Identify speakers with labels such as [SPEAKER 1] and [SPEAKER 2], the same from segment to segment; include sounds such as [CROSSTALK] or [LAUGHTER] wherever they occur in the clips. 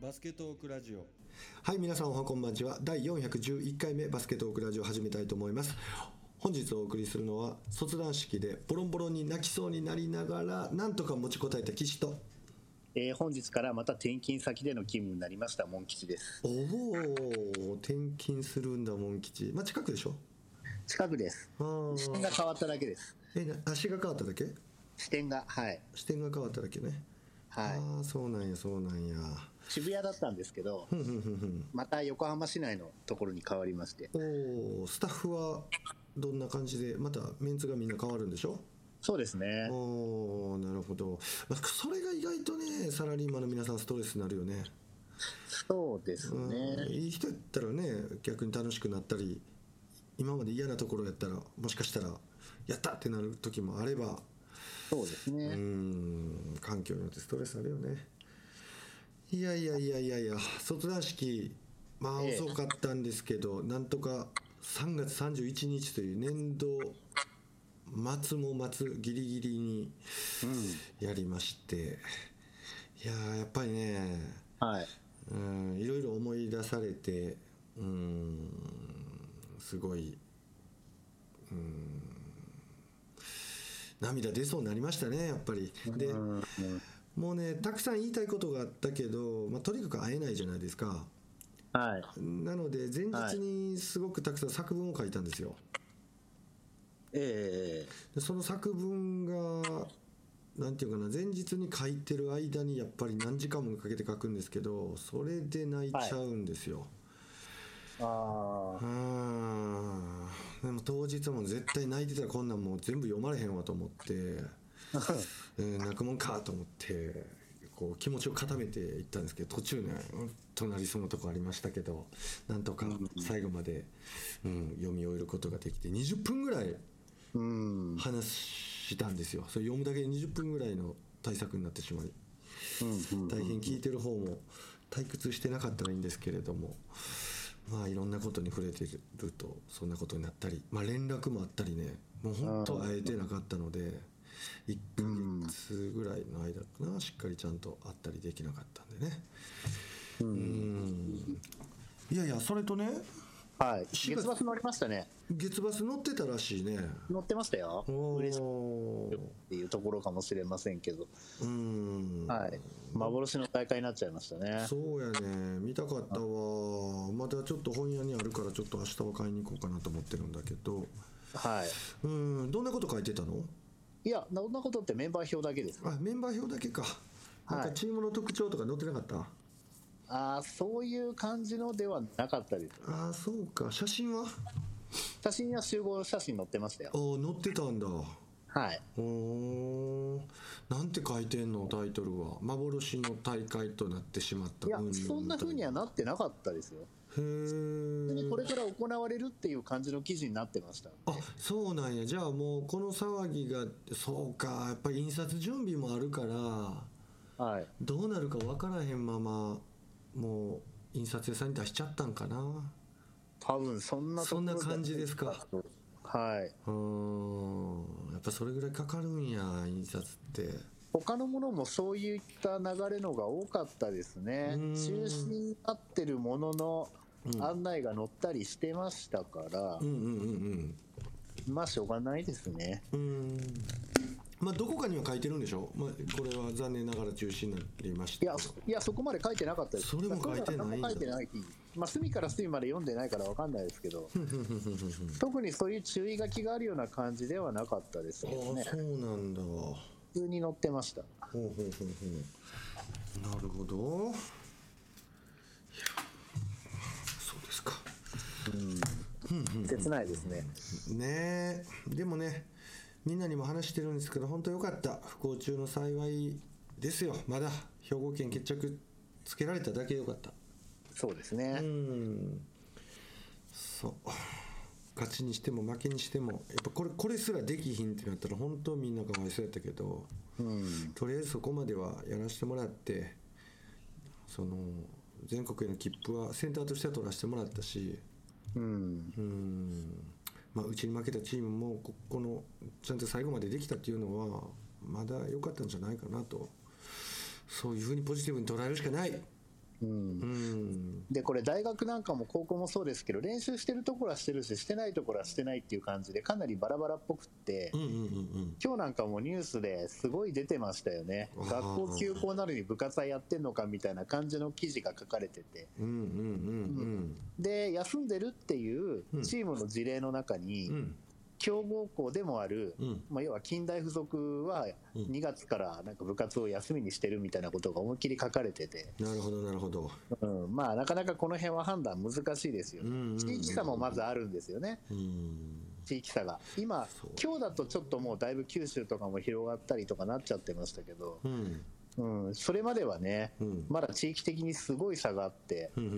[SPEAKER 1] バスケトークラジオ
[SPEAKER 2] はい皆さんおはこんばんちは第411回目バスケットオークラジオ始めたいと思います本日お送りするのは卒団式でボロンボロンに泣きそうになりながらなんとか持ちこたえた岸と
[SPEAKER 3] えー本日からまた転勤先での勤務になりましたモン吉です
[SPEAKER 2] おお転勤するんだモン吉まあ近くでしょ
[SPEAKER 3] 近くです
[SPEAKER 2] あー
[SPEAKER 3] 視点が変わっただけです
[SPEAKER 2] えな足が変わっただけ
[SPEAKER 3] 視点がはい
[SPEAKER 2] 視点が変わっただけね
[SPEAKER 3] は
[SPEAKER 2] ああそうなんやそうなんや
[SPEAKER 3] い渋谷だったんですけど
[SPEAKER 2] ふんふんふんふん
[SPEAKER 3] また横浜市内のところに変わりまして
[SPEAKER 2] おおスタッフはどんな感じでまたメンツがみんな変わるんでしょ
[SPEAKER 3] そうですね
[SPEAKER 2] おーなるほど、まあ、それが意外とねサラリーマンの皆さんストレスになるよね
[SPEAKER 3] そうです
[SPEAKER 2] うん
[SPEAKER 3] ね
[SPEAKER 2] いい人やったらね逆に楽しくなったり今まで嫌なところやったらもしかしたらやったってなる時もあれば
[SPEAKER 3] そうです
[SPEAKER 2] う
[SPEAKER 3] ね
[SPEAKER 2] ん環境によってストレスあるよねいやいやいやいやいや卒団式まあ
[SPEAKER 3] ええ
[SPEAKER 2] 遅かったんですけど、なんとか3月31日という年度末も末ギリギリにやりまして、いやーやっぱりね
[SPEAKER 3] はい
[SPEAKER 2] うんいろいろ思い出されてうんすごいうん涙出そうになりましたねやっぱりで
[SPEAKER 3] うん
[SPEAKER 2] もうねたくさん言いたいことがあったけど、まあ、とにかく会えないじゃないですか
[SPEAKER 3] はい
[SPEAKER 2] なので前日にすごくたくさん作文を書いたんですよ、
[SPEAKER 3] え
[SPEAKER 2] でその作文がなんていうかな前日に書いてる間にやっぱり何時間もかけて書くんですけどそれで泣いちゃうんですよ、
[SPEAKER 3] ー、あ
[SPEAKER 2] うーんでも当日も絶対泣いてたらこんなんもう全部読まれへんわと思って、えー泣くもんかと思ってこう気持ちを固めていったんですけど途中ねうんとなりそうなとこありましたけどなんとか最後まで、うん、読み終えることができて20分ぐらい
[SPEAKER 3] ー [LAUGHS] うんうん
[SPEAKER 2] 話したんですよそれ読むだけで20分ぐらいの対策になってしまい
[SPEAKER 3] うん
[SPEAKER 2] 大変聞いてる方も退屈してなかったらいいんですけれどもまあいろんなことに触れてるとそんなことになったり、まあ、連絡もあったりねもう本当会えてなかったので1ヶ月ぐらいの間かなしっかりちゃんと会ったりできなかったんでねうんいやいやそれとね
[SPEAKER 3] はい月末乗りましたね
[SPEAKER 2] 月バス乗ってたらしいね
[SPEAKER 3] 乗ってましたよ
[SPEAKER 2] お
[SPEAKER 3] 嬉しい
[SPEAKER 2] ー
[SPEAKER 3] っていうところかもしれませんけど
[SPEAKER 2] うん
[SPEAKER 3] はい幻の大会になっちゃいましたね
[SPEAKER 2] そうやね見たかったわまたちょっと本屋にあるからちょっと明日は買いに行こうかなと思ってるんだけど
[SPEAKER 3] はい
[SPEAKER 2] うんどんなこと書いてたの
[SPEAKER 3] いや、そんなことってメンバー表だけです。
[SPEAKER 2] あメンバー表だけかなんか
[SPEAKER 3] はい
[SPEAKER 2] チームの特徴とか載ってなかった、
[SPEAKER 3] ああ、そういう感じのではなかったです。
[SPEAKER 2] ああそうか写真は
[SPEAKER 3] 写真や集合写真載ってましたよ
[SPEAKER 2] あ。ー載ってたんだ
[SPEAKER 3] はい。
[SPEAKER 2] おーなんて書いてんのタイトルは幻の大会となってしまった
[SPEAKER 3] いや
[SPEAKER 2] 云、々
[SPEAKER 3] そんな風には
[SPEAKER 2] み
[SPEAKER 3] なってなかったですよ。
[SPEAKER 2] たいなへ
[SPEAKER 3] で
[SPEAKER 2] え
[SPEAKER 3] これから行われるっていう感じの記事になってました。
[SPEAKER 2] あそうなんやじゃあもうこの騒ぎがそうかやっぱり印刷準備もあるから
[SPEAKER 3] はい。
[SPEAKER 2] どうなるか分からへんままもう印刷屋さんに出しちゃったんかな
[SPEAKER 3] 多分そんなとこ
[SPEAKER 2] そ
[SPEAKER 3] ろ
[SPEAKER 2] ん
[SPEAKER 3] だ
[SPEAKER 2] な感じですか
[SPEAKER 3] はい。
[SPEAKER 2] うーんやっぱそれぐらいかかるんや印刷って
[SPEAKER 3] 他のものもそういった流れのが多かったですね
[SPEAKER 2] うーん。
[SPEAKER 3] 中心になってるものの
[SPEAKER 2] うん
[SPEAKER 3] 案内が載ったりしてましたから
[SPEAKER 2] う、んうんうん
[SPEAKER 3] まあしょうがないですね。
[SPEAKER 2] うんうーんまあどこかには書いてるんでしょ、まあ、これは残念ながら中止になりました
[SPEAKER 3] い
[SPEAKER 2] け
[SPEAKER 3] や
[SPEAKER 2] ど、
[SPEAKER 3] そいや、そこまで書いてなかったです。
[SPEAKER 2] それも書いてないんだ
[SPEAKER 3] そこまで書いてない。まあ、隅から隅まで読んでないからわかんないですけど、
[SPEAKER 2] ふんふんふんふんふんふん
[SPEAKER 3] 特にそういう注意書きがあるような感じではなかったですけど
[SPEAKER 2] ああ
[SPEAKER 3] ね。
[SPEAKER 2] そうなんだほ
[SPEAKER 3] 普通に載ってました。
[SPEAKER 2] うほうほうほうなるほどいやそうですか
[SPEAKER 3] 切ないですね。
[SPEAKER 2] ねえでもねみんなにも話してるんですけど本当良かった不幸中の幸いですよまだ兵庫県決着つけられただけ良かった
[SPEAKER 3] そうです
[SPEAKER 2] う
[SPEAKER 3] ね。
[SPEAKER 2] んそう勝ちにしても負けにしてもやっぱこれこれすらできひんってなったら本当みんなかわいそうやったけど
[SPEAKER 3] うん。
[SPEAKER 2] とりあえずそこまではやらせてもらってその全国への切符はセンターとしては取らせてもらったし
[SPEAKER 3] うん。
[SPEAKER 2] うーんまあ、うちに負けたチームもここのちゃんと最後までできたっていうのはまだ良かったんじゃないかなとそういうふうにポジティブに捉えるしかない
[SPEAKER 3] うん
[SPEAKER 2] うん
[SPEAKER 3] でこれ大学なんかも高校もそうですけど練習してるところはしてるししてないところはしてないっていう感じでかなりバラバラっぽくって、
[SPEAKER 2] うんうんうん
[SPEAKER 3] 今日なんかもニュースですごい出てましたよね
[SPEAKER 2] あー
[SPEAKER 3] 学校休校なのに部活はやってんのかみたいな感じの記事が書かれてて
[SPEAKER 2] うんうんうん
[SPEAKER 3] で休んでるっていうチームの事例の中に、
[SPEAKER 2] うんうん
[SPEAKER 3] 強豪校でもある、
[SPEAKER 2] うん
[SPEAKER 3] まあ、要は近代付属は
[SPEAKER 2] うん
[SPEAKER 3] 2月からなんか部活を休みにしてるみたいなことが思いっきり書かれてて、
[SPEAKER 2] なるほどなるほど
[SPEAKER 3] うん、まあなかなかこの辺は判断難しいですよ
[SPEAKER 2] うん
[SPEAKER 3] ね。
[SPEAKER 2] うんうん
[SPEAKER 3] 地域差もまずあるんですよね。
[SPEAKER 2] うん
[SPEAKER 3] 地域差が今
[SPEAKER 2] そう
[SPEAKER 3] 今日だとちょっともうだいぶ九州とかも広がったりとかなっちゃってましたけど、
[SPEAKER 2] うん
[SPEAKER 3] うん、それまではね
[SPEAKER 2] うん
[SPEAKER 3] まだ地域的にすごい差があって、
[SPEAKER 2] うんうん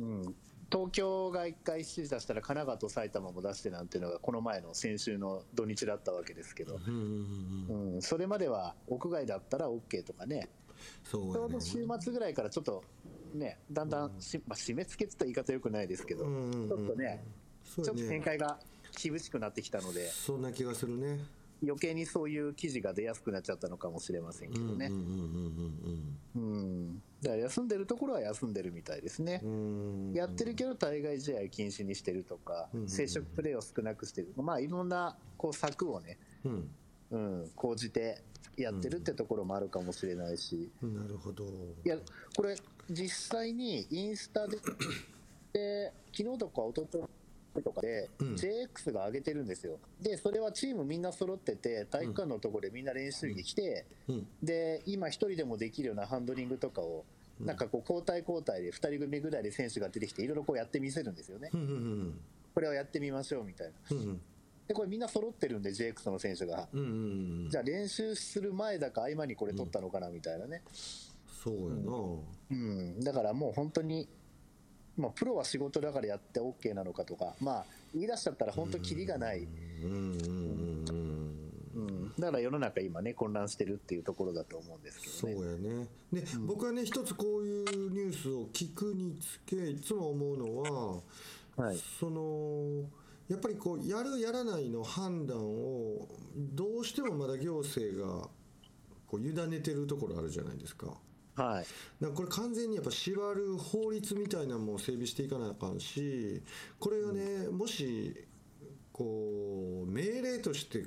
[SPEAKER 2] うん
[SPEAKER 3] うん、東京が1回指示出したら神奈川と埼玉も出してなんていうのがこの前の先週の土日だったわけですけど、
[SPEAKER 2] うんうんうんうん
[SPEAKER 3] うん、それまでは屋外だったら OK とかね
[SPEAKER 2] そう
[SPEAKER 3] ちょ
[SPEAKER 2] や
[SPEAKER 3] うど
[SPEAKER 2] ね
[SPEAKER 3] 週末ぐらいからちょっとねだんだんし、まあ、締め付けって言ったら言い方よくないですけど、
[SPEAKER 2] うんうんうん
[SPEAKER 3] ちょっとねち
[SPEAKER 2] そ
[SPEAKER 3] ょ
[SPEAKER 2] う
[SPEAKER 3] っと
[SPEAKER 2] や
[SPEAKER 3] 展
[SPEAKER 2] ね
[SPEAKER 3] 開が厳しくなってきたので。
[SPEAKER 2] そんな気がするね
[SPEAKER 3] 余計にそういう記事が出やすくなっちゃったのかもしれませんけ
[SPEAKER 2] う
[SPEAKER 3] ど
[SPEAKER 2] んうんうん
[SPEAKER 3] ね。うん、だから休んでるところは休んでるみたいですね
[SPEAKER 2] うんう。んうん
[SPEAKER 3] やってるけど対外試合禁止にしてるとか、
[SPEAKER 2] うん
[SPEAKER 3] 接触プレーを少なくしてるとか、まあいろんなこう策をね、
[SPEAKER 2] うん
[SPEAKER 3] うん、講じてやってるってところもあるかもしれないし、
[SPEAKER 2] なるほど
[SPEAKER 3] いや、これ実際にインスタで、で昨日とか一昨日とかで、
[SPEAKER 2] うん
[SPEAKER 3] JX が上げてるんですよ。で、それはチームみんな揃ってて、体育館のところでみんな練習着着て、
[SPEAKER 2] うん
[SPEAKER 3] で今一人でもできるようなハンドリングとかを、
[SPEAKER 2] うん
[SPEAKER 3] なんかこう交代交代で2人組ぐらいで選手が出てきていろいろこうやってみせるんですよね
[SPEAKER 2] うんうんうん
[SPEAKER 3] これをやってみましょうみたいな
[SPEAKER 2] うんうん
[SPEAKER 3] でこれみんな揃ってるんで JX の選手が、
[SPEAKER 2] うんうんうん
[SPEAKER 3] じゃあ練習する前だか合間にこれ取ったのかなみたいなね、
[SPEAKER 2] そうやな
[SPEAKER 3] うん、だからもう本当に、まあ、プロは仕事だからやって OK なのかとか、まあ、言い出しちゃったら本当キリがない、
[SPEAKER 2] うんうんうんうん
[SPEAKER 3] うん、だから世の中今ね混乱してるっていうところだと思うんですけ
[SPEAKER 2] そ
[SPEAKER 3] ど
[SPEAKER 2] う
[SPEAKER 3] ね
[SPEAKER 2] やねで、僕はね一つこういうニュースを聞くにつけいつも思うのは、
[SPEAKER 3] はい
[SPEAKER 2] そのやっぱりこうやるやらないの判断をどうしてもまだ行政がこう委ねてるところあるじゃないですか。
[SPEAKER 3] は
[SPEAKER 2] だか
[SPEAKER 3] い
[SPEAKER 2] らこれ完全にやっぱ縛る法律みたいなのも整備していかなあかんしこれがね、もしこう命令として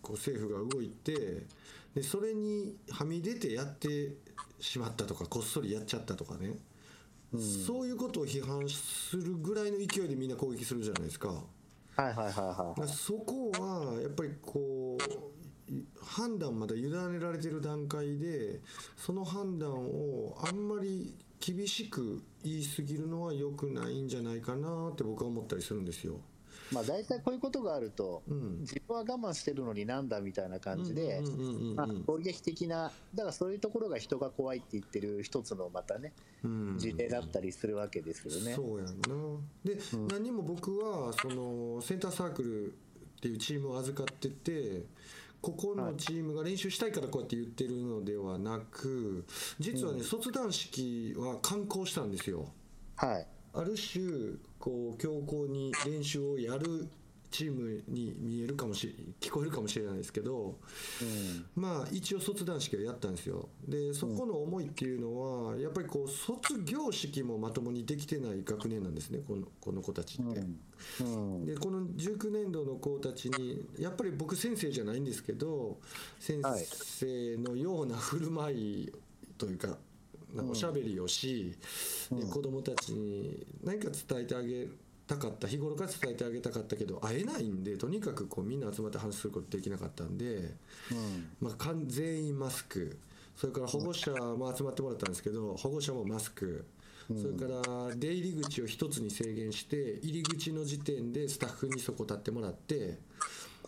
[SPEAKER 2] こう政府が動いてでそれにはみ出てやってしまったとかこっそりやっちゃったとかね、そういうことを批判するぐらいの勢いでみんな攻撃するじゃないですか。
[SPEAKER 3] はいはいはいは
[SPEAKER 2] だからそこはやっぱりこうい判断まだ委ねられてる段階でその判断をあんまり厳しく言い過ぎるのは良くないんじゃないかなって僕は思ったりするんですよ。
[SPEAKER 3] い、まあ、大体こういうことがあると、
[SPEAKER 2] うん、
[SPEAKER 3] 自分は我慢してるのになんだみたいな感じで
[SPEAKER 2] うん、うんうん
[SPEAKER 3] ま
[SPEAKER 2] う
[SPEAKER 3] あ
[SPEAKER 2] ん
[SPEAKER 3] 攻撃的な、だからそういうところが人が怖いって言ってる一つのまたね、
[SPEAKER 2] うん
[SPEAKER 3] 事例だったりするわけですよね。
[SPEAKER 2] そうやんなで、何も僕はそのセンターサークルっていうチームを預かっててここのチームが練習したいからこうやって言ってるのではなく実はね、卒団式は観光したんですよ
[SPEAKER 3] はい。
[SPEAKER 2] ある種こう強硬に練習をやるチームに見えるかもし聞こえるかもしれないですけど、
[SPEAKER 3] うん。
[SPEAKER 2] まあ一応卒団式はやったんですよでそこの思いっていうのはやっぱりこう卒業式もまともにできてない学年なんですねこのこの子たちって、
[SPEAKER 3] うん。
[SPEAKER 2] でこの19年度の子たちにやっぱり僕先生じゃないんですけど先
[SPEAKER 3] はい
[SPEAKER 2] 生のような振る舞いというか、なんかおしゃべりをし、で子どもたちに何か伝えてあげたかった日頃から伝えてあげたかったけど会えないんでとにかくこうみんな集まって話することできなかったんで。
[SPEAKER 3] うん。
[SPEAKER 2] まあ、かん全員マスクそれから保護者も集まってもらったんですけど保護者もマスクそれから出入り口を一つに制限して入り口の時点でスタッフにそこ立ってもらって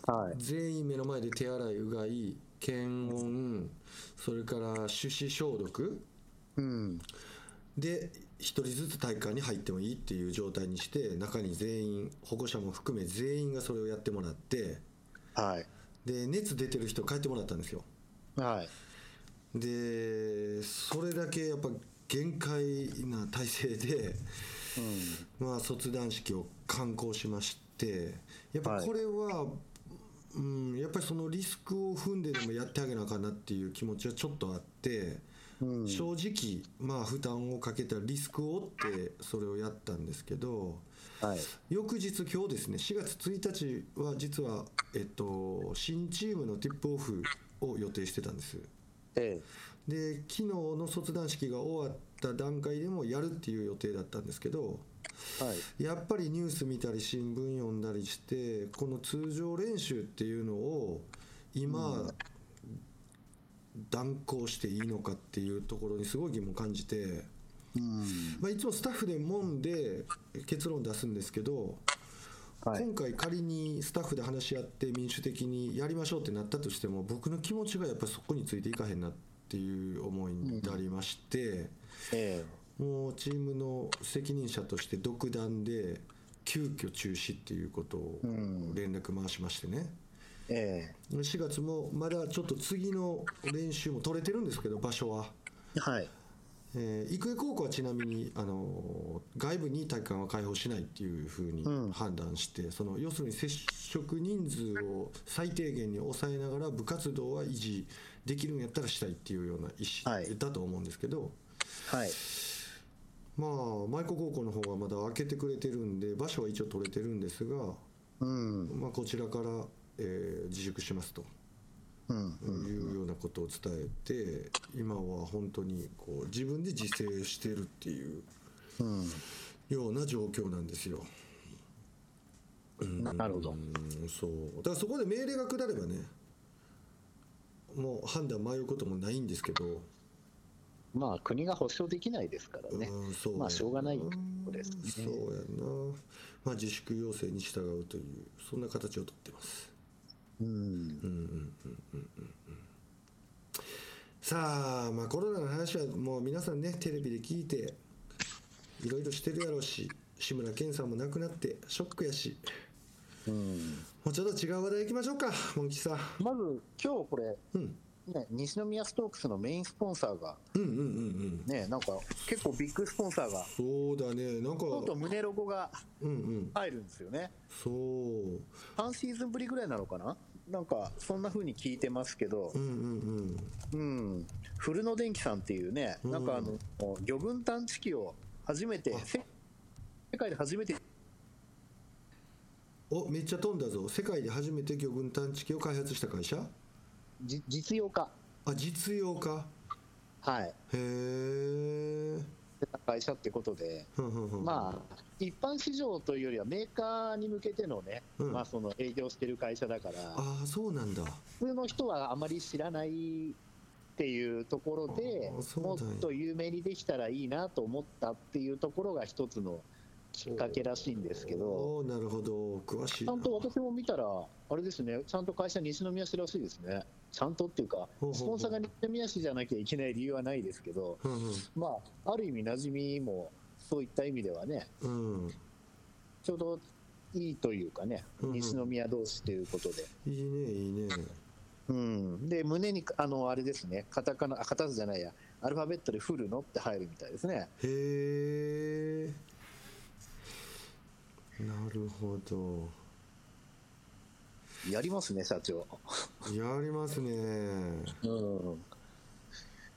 [SPEAKER 3] はい。
[SPEAKER 2] 全員目の前で手洗いうがい検温それから手指消毒
[SPEAKER 3] うん。
[SPEAKER 2] で1人ずつ体育館に入ってもいいっていう状態にして中に全員保護者も含め全員がそれをやってもらって
[SPEAKER 3] はい。
[SPEAKER 2] で熱出てる人帰ってもらったんですよ。
[SPEAKER 3] はい。
[SPEAKER 2] でそれだけやっぱ限界な体制で、まあ、卒団式を刊行しましてやっぱ
[SPEAKER 3] はい
[SPEAKER 2] これは、うん、やっぱりそのリスクを踏んででもやってあげなあかんなっていう気持ちはちょっとあって、
[SPEAKER 3] うん
[SPEAKER 2] 正直まあ負担をかけたリスクを負ってそれをやったんですけど
[SPEAKER 3] はい
[SPEAKER 2] 翌日今日ですね4月1日は実は、えっと、新チームのティップオフを予定してたんです
[SPEAKER 3] え
[SPEAKER 2] で昨日の卒団式が終わった段階でもやるっていう予定だったんですけど
[SPEAKER 3] えはい
[SPEAKER 2] やっぱりニュース見たり新聞読んだりしてこの通常練習っていうのを今、断行していいのかっていうところにすごい疑問を感じて、
[SPEAKER 3] うん
[SPEAKER 2] まあ、いつもスタッフで揉んで結論出すんですけど、
[SPEAKER 3] はい
[SPEAKER 2] 今回仮にスタッフで話し合って民主的にやりましょうってなったとしても僕の気持ちがやっぱそこについていかへんなっていう思いになりまして。
[SPEAKER 3] え
[SPEAKER 2] もうチームの責任者として独断で急遽中止っていうことを
[SPEAKER 3] うん
[SPEAKER 2] 連絡回しましてね、
[SPEAKER 3] ええ
[SPEAKER 2] 4月もまだちょっと次の練習も取れてるんですけど場所は、
[SPEAKER 3] えはい
[SPEAKER 2] えー、育英高校はちなみに、あのー外部に体育館は開放しないっていうふうに
[SPEAKER 3] うん
[SPEAKER 2] 判断して、その要するに接触人数を最低限に抑えながら部活動は維持できるんやったらしたいっていうような意
[SPEAKER 3] はい
[SPEAKER 2] 思だと思うんですけど。
[SPEAKER 3] はい
[SPEAKER 2] まあ舞子高校の方はまだ開けてくれてるんで場所は一応取れてるんですが、
[SPEAKER 3] うん
[SPEAKER 2] まあ、こちらから、えー自粛しますと
[SPEAKER 3] うん
[SPEAKER 2] いうようなことを伝えて今は本当にこう自分で自制してるっていう
[SPEAKER 3] うん
[SPEAKER 2] ような状況なんですよ。
[SPEAKER 3] なるほど
[SPEAKER 2] うんそうだからそこで命令が下ればねもう判断迷うこともないんですけど、
[SPEAKER 3] まあ国が保証できないですからね
[SPEAKER 2] うんそう
[SPEAKER 3] まあしょうがない
[SPEAKER 2] ん
[SPEAKER 3] ことですね
[SPEAKER 2] そうやな、まあ、自粛要請に従うというそんな形をとってます。
[SPEAKER 3] うん
[SPEAKER 2] さあ、まあ、コロナの話はもう皆さんねテレビで聞いていろいろしてるやろうし志村けんさんも亡くなってショックやし
[SPEAKER 3] うん
[SPEAKER 2] もうちょっと違う話題いきましょうかモンキーさん、
[SPEAKER 3] まず今日これ、
[SPEAKER 2] うん、
[SPEAKER 3] ね、西宮ストークスのメインスポンサーが、
[SPEAKER 2] うんうんうんうん
[SPEAKER 3] ね、なんか結構ビッグスポンサーが、
[SPEAKER 2] そうだねなんか
[SPEAKER 3] ちょっと胸ロゴが
[SPEAKER 2] うんうん
[SPEAKER 3] 入るんですよね。
[SPEAKER 2] そう
[SPEAKER 3] 3シーズンぶりぐらいなのかななんかそんな風に聞いてますけど
[SPEAKER 2] う、んうん
[SPEAKER 3] うん、古野電機さんっていうね、
[SPEAKER 2] うん
[SPEAKER 3] なんかあの、魚群探知機を初めて
[SPEAKER 2] あ、
[SPEAKER 3] せ世界で初めて、
[SPEAKER 2] うんおめっちゃ飛んだぞ世界で初めて魚群探知機を開発した会社
[SPEAKER 3] じ実用化、
[SPEAKER 2] あ実用化
[SPEAKER 3] はい、
[SPEAKER 2] へえ
[SPEAKER 3] 会社ってことで、まあ、一般市場というよりはメーカーに向けてのね、
[SPEAKER 2] うん
[SPEAKER 3] まあその営業してる会社だから、
[SPEAKER 2] ああそうなんだ
[SPEAKER 3] 普通の人はあまり知らないっていうところで
[SPEAKER 2] あーそう
[SPEAKER 3] も
[SPEAKER 2] なんや
[SPEAKER 3] っと有名にできたらいいなと思ったっていうところが一つのきっかけらしいんですけど
[SPEAKER 2] おーなるほど詳しい
[SPEAKER 3] ちゃんと私も見たらあれですねちゃんと会社西宮市らしいですねちゃんとっていうか
[SPEAKER 2] ほうほうほう
[SPEAKER 3] スポンサーが西宮市じゃなきゃいけない理由はないですけど
[SPEAKER 2] うんうん
[SPEAKER 3] まあある意味馴染みもそういった意味ではね
[SPEAKER 2] うん、
[SPEAKER 3] ちょうどいいというかね
[SPEAKER 2] うんうん
[SPEAKER 3] 西宮同士ということで
[SPEAKER 2] いいねいいね
[SPEAKER 3] うん、で胸にあのあれですねカタカナあカタカナじゃないやアルファベットで「フルの」って入るみたいですね
[SPEAKER 2] へえなるほど
[SPEAKER 3] やりますね社長
[SPEAKER 2] やりますね
[SPEAKER 3] うん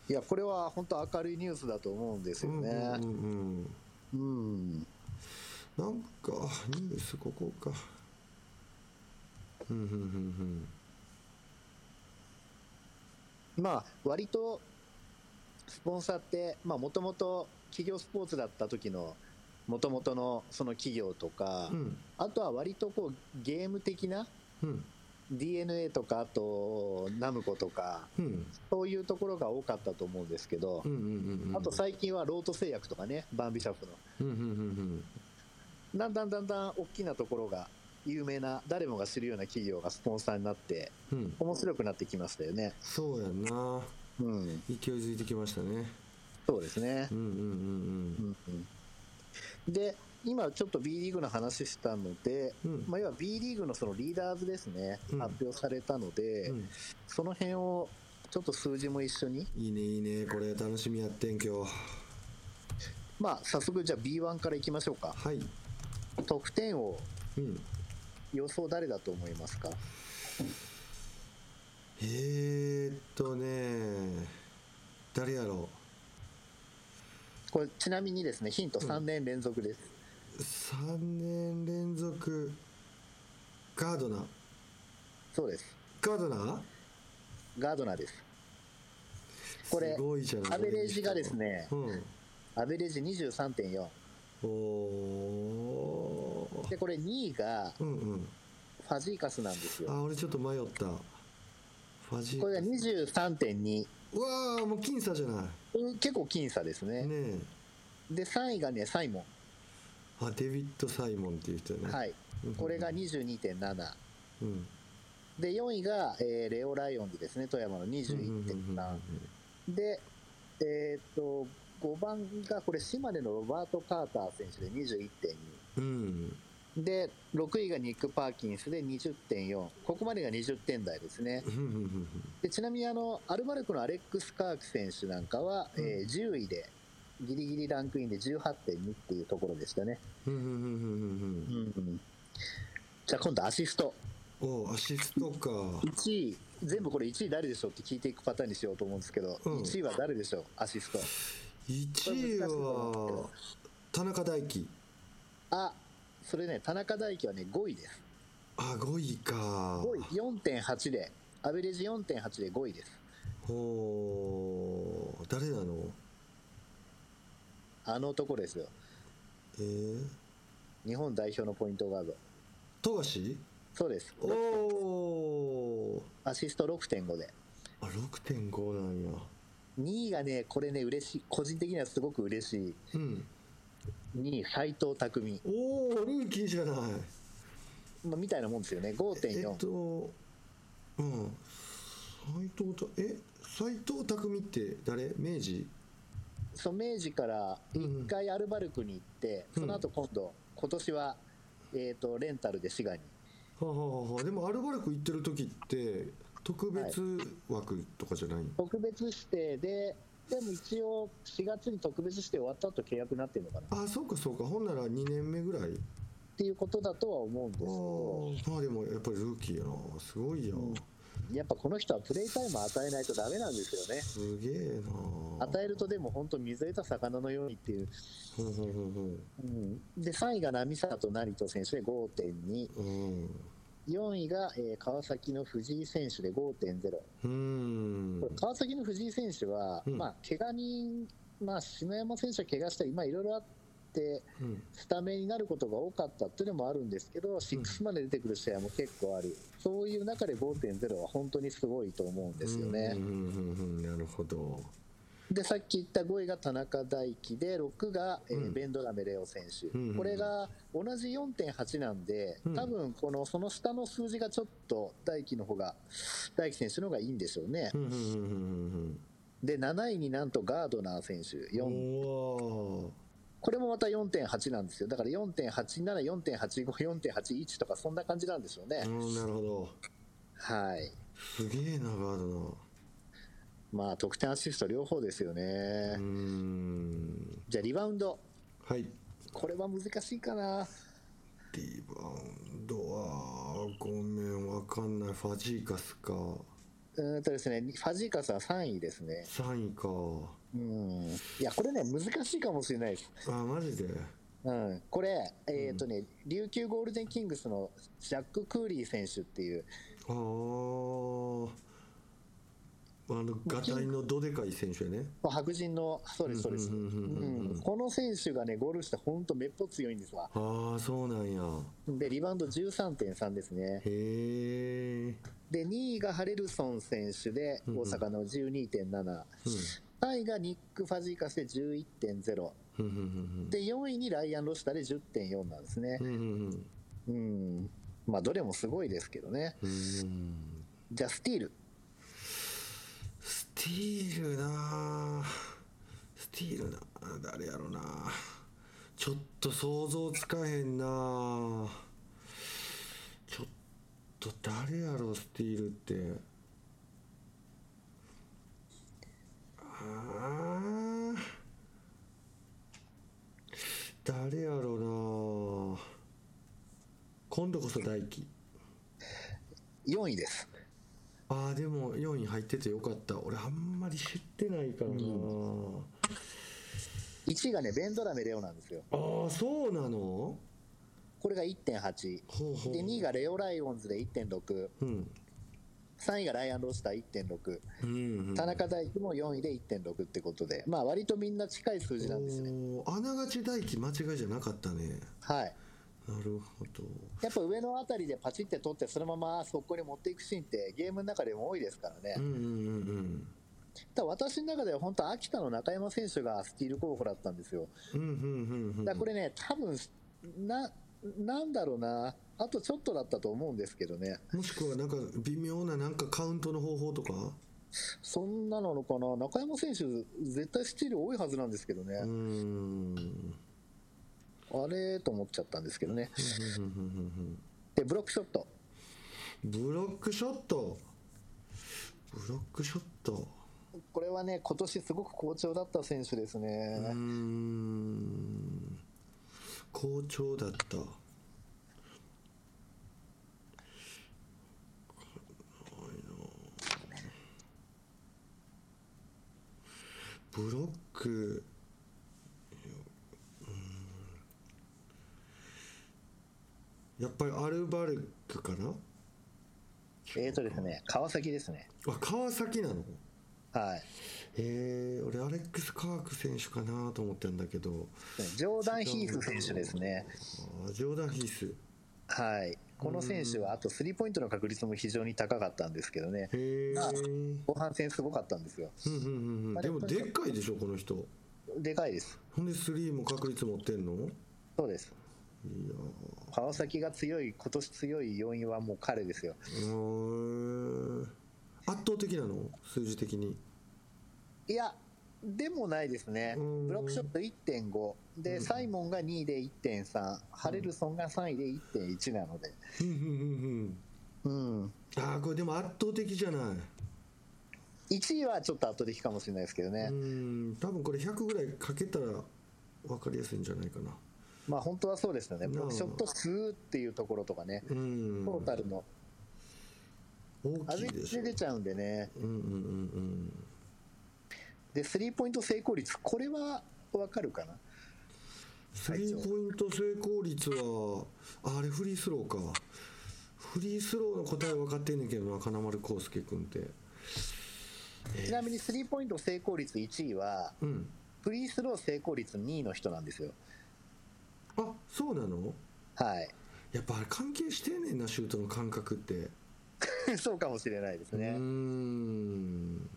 [SPEAKER 3] いやこれは本当明るいニュースだと思うんです
[SPEAKER 2] う
[SPEAKER 3] よ
[SPEAKER 2] んうんう
[SPEAKER 3] ね
[SPEAKER 2] んうん
[SPEAKER 3] うん、
[SPEAKER 2] なんかニュースここかうんうんうん
[SPEAKER 3] まあ割とスポンサーってもともと企業スポーツだった時のもともとのその企業とか、
[SPEAKER 2] うんうん
[SPEAKER 3] あとは割とこうゲーム的な
[SPEAKER 2] うん
[SPEAKER 3] DNA とかあとナムコとか
[SPEAKER 2] うん
[SPEAKER 3] そういうところが多かったと思うんですけど、
[SPEAKER 2] うんうんうん
[SPEAKER 3] あと最近はロート製薬とかね、バンビシャフの。
[SPEAKER 2] うんうんうん
[SPEAKER 3] だんだんだんだん大きなところが、有名な、誰もが知るような企業がスポンサーになって、
[SPEAKER 2] うんうん
[SPEAKER 3] 面白くなってきましたよね。
[SPEAKER 2] そうやな
[SPEAKER 3] うん。
[SPEAKER 2] 勢いづいてきましたね
[SPEAKER 3] そうですね
[SPEAKER 2] う。んうんう
[SPEAKER 3] う
[SPEAKER 2] ん
[SPEAKER 3] んうん、で、今ちょっと B リーグの話したので、
[SPEAKER 2] うんうん
[SPEAKER 3] まあ、要は B リーグのそのリーダーズですね、
[SPEAKER 2] うん
[SPEAKER 3] 発表されたので、
[SPEAKER 2] うん
[SPEAKER 3] その辺を、ちょっと数字も一緒に、
[SPEAKER 2] いいねいいねこれ楽しみやってん今日
[SPEAKER 3] まあ、早速じゃあ B1 からいきましょうか。
[SPEAKER 2] はい
[SPEAKER 3] 得点王、
[SPEAKER 2] うん
[SPEAKER 3] 予想誰だと思いますか
[SPEAKER 2] えー、っとね誰やろ
[SPEAKER 3] これちなみにですねヒント
[SPEAKER 2] うん
[SPEAKER 3] 3年連続です、
[SPEAKER 2] う3年連続ガードナー
[SPEAKER 3] そうです
[SPEAKER 2] ガードナー
[SPEAKER 3] ガードナーですこれ
[SPEAKER 2] すごいじゃない
[SPEAKER 3] アベレージがですね
[SPEAKER 2] うん
[SPEAKER 3] アベレージ23.4
[SPEAKER 2] おお
[SPEAKER 3] でこれ2位が
[SPEAKER 2] うんうん
[SPEAKER 3] ファジーカスなんですよ
[SPEAKER 2] あ俺ちょっと迷ったファジー
[SPEAKER 3] これが23.2
[SPEAKER 2] うわあもう僅差じゃな
[SPEAKER 3] うん結構僅差です
[SPEAKER 2] い
[SPEAKER 3] ね
[SPEAKER 2] ねえ
[SPEAKER 3] で3位がねサイモ
[SPEAKER 2] あデビッド・サイモンっていう人
[SPEAKER 3] ン
[SPEAKER 2] ね、
[SPEAKER 3] はいいこれが22.7
[SPEAKER 2] うん
[SPEAKER 3] で4位が、えーレオ・ライオンズですね富山の
[SPEAKER 2] うんうんうんうん
[SPEAKER 3] 21.3でえーっと5番がこれ島根のロバート・カーター選手で21.2
[SPEAKER 2] うん
[SPEAKER 3] で6位がニック・パーキンスで20.4ここまでが20点台ですね
[SPEAKER 2] うんうんうんうん
[SPEAKER 3] でちなみにあのアルバルクのアレックス・カーク選手なんかは、
[SPEAKER 2] うん
[SPEAKER 3] えー10位でギリギリランクインで18.2っていうところでしたね、
[SPEAKER 2] うんうんうんうんうん
[SPEAKER 3] じゃあ今度アシスト
[SPEAKER 2] おアシストか
[SPEAKER 3] 1位全部これ1位誰でしょうって聞いていくパターンにしようと思うんですけど、
[SPEAKER 2] うん
[SPEAKER 3] 1位は誰でしょうアシスト
[SPEAKER 2] 1位は田中大輝
[SPEAKER 3] あそれね田中大輝はね5位です
[SPEAKER 2] あ5位か
[SPEAKER 3] 5位4.8でアベレージ4.8で5位です
[SPEAKER 2] ほう誰なの
[SPEAKER 3] あの男ですよ
[SPEAKER 2] えー、
[SPEAKER 3] 日本代表のポイントガード
[SPEAKER 2] 富樫
[SPEAKER 3] そうです
[SPEAKER 2] おお
[SPEAKER 3] アシスト6.5で
[SPEAKER 2] あ6.5なんや
[SPEAKER 3] 2位がねこれね嬉しい個人的にはすごく嬉しい
[SPEAKER 2] うん
[SPEAKER 3] 2位斎藤工、
[SPEAKER 2] おおルーキーじゃない
[SPEAKER 3] まあ、みたいなもんですよね5.4、
[SPEAKER 2] えっとうん斎藤たえ斎藤匠って誰明治
[SPEAKER 3] そう明治から1回アルバルクに行って、
[SPEAKER 2] うん
[SPEAKER 3] その後今度今年は、えー、とレンタルで滋賀に
[SPEAKER 2] はあはあはあでもアルバルク行ってる時って特別枠とかじゃない、
[SPEAKER 3] 特別指定ででも一応4月に特別指定終わった後契約になってるのかなっ
[SPEAKER 2] あそうかそうかほんなら2年目ぐらい
[SPEAKER 3] ていうことだとは思うんですけど
[SPEAKER 2] ああまあでもやっぱりルーキーやなすごいや、
[SPEAKER 3] うんやっぱこの人はプレイタイム与えないとダメなんですよね
[SPEAKER 2] すげえな
[SPEAKER 3] 与えるとでも本当水得た魚のようにっていう、
[SPEAKER 2] ほんほんほんほん
[SPEAKER 3] うん、で3位が波里成人選手で5.24
[SPEAKER 2] うんう
[SPEAKER 3] 位が、えー川崎の藤井選手で5.0
[SPEAKER 2] ーん
[SPEAKER 3] これ川崎の藤井選手は、
[SPEAKER 2] うん
[SPEAKER 3] まあ、怪我人、まあ、篠山選手は怪我したり、まあ、いろいろあって、
[SPEAKER 2] うん
[SPEAKER 3] スタメンになることが多かったっていうのもあるんですけど、6まで出てくる試合も結構ある、そういう中で5.0は本当にすごいと思うんですよね。
[SPEAKER 2] うんうんうんうんなるほど
[SPEAKER 3] で、さっき言った5位が田中大輝で、6が、えー
[SPEAKER 2] うん
[SPEAKER 3] ベンドラメレオ選手、
[SPEAKER 2] うんうんうん
[SPEAKER 3] これが同じ4.8なんで
[SPEAKER 2] うん、
[SPEAKER 3] 多分このその下の数字がちょっと大輝の方が、大輝選手の方がいいんでしょうね。
[SPEAKER 2] うんうんうんうんうん
[SPEAKER 3] で、7位になんとガードナー選手、
[SPEAKER 2] うん
[SPEAKER 3] 4
[SPEAKER 2] おー
[SPEAKER 3] これもまた4.8なんですよ。だから4.87、4.85、4.81とかそんな感じなんでしょうね。
[SPEAKER 2] うんなるほど
[SPEAKER 3] はい。
[SPEAKER 2] すげえなガードな
[SPEAKER 3] まあ、得点アシスト両方ですよね。
[SPEAKER 2] うーん
[SPEAKER 3] じゃあ、リバウンド。
[SPEAKER 2] はい
[SPEAKER 3] これは難しいかな。
[SPEAKER 2] リバウンドはごめんわかんないファジーカスか
[SPEAKER 3] うーんとですね、ファジーカスは3位ですね。
[SPEAKER 2] 3位か
[SPEAKER 3] うん。いや、これね、難しいかもしれないです。
[SPEAKER 2] あマジで
[SPEAKER 3] うん。これ、えっ、とね、琉球ゴールデンキングスのジャック・クーリー選手っていう、
[SPEAKER 2] あーあのガタイのどでかい選手やね
[SPEAKER 3] 白人の、そうです、そうです。
[SPEAKER 2] う
[SPEAKER 3] う
[SPEAKER 2] う
[SPEAKER 3] ん
[SPEAKER 2] んうんうんうん
[SPEAKER 3] ん。この選手がね、ゴールして本当めっぽ強いんですわ。
[SPEAKER 2] ああそうなんや
[SPEAKER 3] で、リバウンド13.3ですね。
[SPEAKER 2] へえ
[SPEAKER 3] で、2位がハレルソン選手で、
[SPEAKER 2] うんうん
[SPEAKER 3] 大阪の12.7。3位がニック・ファジーカスで11.0。
[SPEAKER 2] うんうんうん
[SPEAKER 3] で、4位にライアン・ロシタで10.4なんですね
[SPEAKER 2] うんう。んうん
[SPEAKER 3] うん。まあ、どれもすごいですけどね。
[SPEAKER 2] うんうん
[SPEAKER 3] じゃあ、スティール。
[SPEAKER 2] スティールなあスティールなあ誰やろなちょっと想像つかへんなあちょっと誰やろスティールってああ誰やろな今度こそ大輝
[SPEAKER 3] 4位です。
[SPEAKER 2] ああでも4位入っててよかった俺あんまり減ってないからな、
[SPEAKER 3] 1位がね、ベンドラメ・レオなんですよ。
[SPEAKER 2] ああそうなの
[SPEAKER 3] これが1.8。
[SPEAKER 2] ほうほう
[SPEAKER 3] で、2位がレオ・ライオンズで1.6。
[SPEAKER 2] うん
[SPEAKER 3] 3位がライアン・ロスター1.6。
[SPEAKER 2] うん
[SPEAKER 3] 田中大輝も4位で1.6ってことで、まあ割とみんな近い数字なんですね。
[SPEAKER 2] おーあながち大輝間違いじゃなかったね
[SPEAKER 3] はい。
[SPEAKER 2] なるほど
[SPEAKER 3] やっぱ上のあたりでパチって取って、そのまま速攻に持っていくシーンってゲームの中でも多いですからね。
[SPEAKER 2] うんうんうんうん
[SPEAKER 3] ただ私の中では本当、秋田の中山選手がスティール候補だったんですよ。
[SPEAKER 2] うんうんうんうん
[SPEAKER 3] だからこれね、多分な、なんだろうな、あとちょっとだったと思うんですけどね。
[SPEAKER 2] もしくはなんか微妙ななんかカウントの方法とか
[SPEAKER 3] そんななのかな、中山選手、絶対スティール多いはずなんですけど
[SPEAKER 2] うー
[SPEAKER 3] ね、
[SPEAKER 2] ん
[SPEAKER 3] あれと思っちゃったんですけどね。
[SPEAKER 2] ふんふんふんふん
[SPEAKER 3] で、ブロックショット。
[SPEAKER 2] ブロックショットブロックショット
[SPEAKER 3] これはね、今年すごく好調だった選手です
[SPEAKER 2] うー
[SPEAKER 3] ね。
[SPEAKER 2] ん好調だったブロックいやうーんやっぱりアルバルクかな
[SPEAKER 3] えーとですね、川崎ですね。
[SPEAKER 2] あ川崎なの
[SPEAKER 3] はい。
[SPEAKER 2] えー、俺アレックス・カーク選手かなと思ってんだけど
[SPEAKER 3] ジョーダン・ヒース選手ですね。
[SPEAKER 2] あージョーダン・ヒース
[SPEAKER 3] はい。この選手は、あとスリーポイントの確率も非常に高かったんですけどね、
[SPEAKER 2] へえ
[SPEAKER 3] まあ後半戦すごかったんですよ。まあ
[SPEAKER 2] でもでっかいでしょこの人
[SPEAKER 3] でかいです。
[SPEAKER 2] ほんでスリーも確率持ってんのい
[SPEAKER 3] そうです。
[SPEAKER 2] や
[SPEAKER 3] 川崎が強い、今年強い要因はもう彼ですよ。
[SPEAKER 2] ーうーん圧倒的なの数字的に
[SPEAKER 3] いや、でもないですね。
[SPEAKER 2] うん
[SPEAKER 3] ブロックショット1.5。で、サイモンが2位で1.3。ハレルソンが3位で1.1なので。
[SPEAKER 2] うんうんうん
[SPEAKER 3] うん。
[SPEAKER 2] うんああこれでも圧倒的じゃない
[SPEAKER 3] 1位はちょっと後できかもしれないですけどね
[SPEAKER 2] う。ん多分これ100ぐらいかけたら分かりやすいんじゃないかな
[SPEAKER 3] まあ本当はそうですよね。
[SPEAKER 2] うん
[SPEAKER 3] ブロックショット数っていうところとかね。
[SPEAKER 2] うん
[SPEAKER 3] トータルの。
[SPEAKER 2] 大
[SPEAKER 3] あ
[SPEAKER 2] き
[SPEAKER 3] れ
[SPEAKER 2] いでし
[SPEAKER 3] で
[SPEAKER 2] ょ
[SPEAKER 3] 出ちゃうんでね。
[SPEAKER 2] うんうんうん
[SPEAKER 3] で、スリーポイント成功率。これはわかるかな。
[SPEAKER 2] スリーポイント成功率はああれフリースローかフリースローの答え分かってんねんけどな金丸康介君って
[SPEAKER 3] ちなみにスリーポイント成功率1位は、
[SPEAKER 2] うん
[SPEAKER 3] フリースロー成功率2位の人なんですよ。
[SPEAKER 2] あそうなの
[SPEAKER 3] はい。 [LAUGHS]
[SPEAKER 2] やっぱあれ関係してんねんなシュートの感覚って
[SPEAKER 3] そうかもしれないです
[SPEAKER 2] うー
[SPEAKER 3] ね。
[SPEAKER 2] ん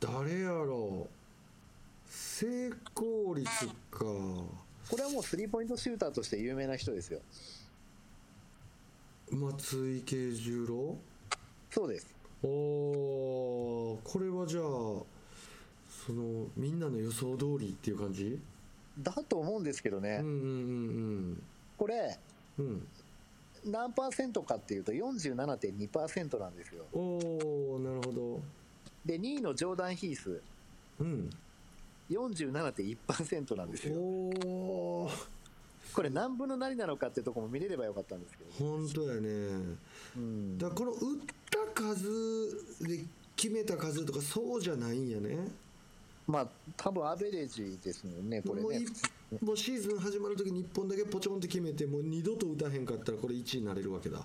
[SPEAKER 2] 誰やろう成功率か
[SPEAKER 3] これはもうスリーポイントシューターとして有名な人ですよ。
[SPEAKER 2] 松井慶十郎
[SPEAKER 3] そうです。
[SPEAKER 2] おーこれはじゃあそのみんなの予想通りっていう感じ
[SPEAKER 3] だと思うんですけどね、
[SPEAKER 2] うんうん
[SPEAKER 3] これ、
[SPEAKER 2] うんうんうん
[SPEAKER 3] 何パーセントかっていうと47.2%なんですよ。
[SPEAKER 2] おおなるほど
[SPEAKER 3] で、2位のジョーダン・ヒース、
[SPEAKER 2] うん
[SPEAKER 3] 47.1%なんですよ。
[SPEAKER 2] おお
[SPEAKER 3] これ何分の何なのかってとこも見れればよかったんですけどね。
[SPEAKER 2] 本当やね
[SPEAKER 3] うん
[SPEAKER 2] だからこの打った数で決めた数とかそうじゃないんやね
[SPEAKER 3] まあ、多分アベレージですもんね、これ
[SPEAKER 2] もう
[SPEAKER 3] ね
[SPEAKER 2] い。もうシーズン始まる時に1本だけポチョンって決めてもう二度と打たへんかったらこれ1位になれるわけだ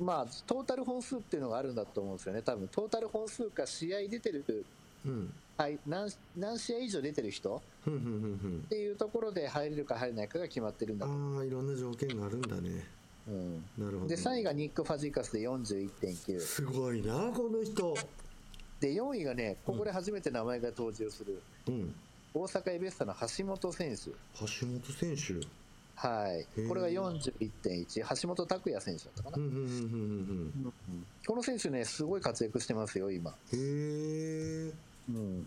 [SPEAKER 3] まあ、トータル本数っていうのがあるんだと思うんですよね。多分、トータル本数か試合出てる、
[SPEAKER 2] うん
[SPEAKER 3] はい、何何試合以上出てる人
[SPEAKER 2] ふんふんふんふん
[SPEAKER 3] っていうところで入れるか入れないかが決まってるんだと、
[SPEAKER 2] ああいろんな条件があるんだね
[SPEAKER 3] うん、
[SPEAKER 2] なるほど
[SPEAKER 3] で3位がニック・ファジーカスで41.9
[SPEAKER 2] すごいなこの人
[SPEAKER 3] で4位がねここで初めて名前が登場する、
[SPEAKER 2] うん
[SPEAKER 3] 大阪エベッサの橋本選手
[SPEAKER 2] 橋本選手
[SPEAKER 3] はい
[SPEAKER 2] ー
[SPEAKER 3] これが41.1橋本拓也選手だったかな、
[SPEAKER 2] うんうんうんうんうんうん
[SPEAKER 3] この選手ねすごい活躍してますよ今、
[SPEAKER 2] へえ
[SPEAKER 3] うん、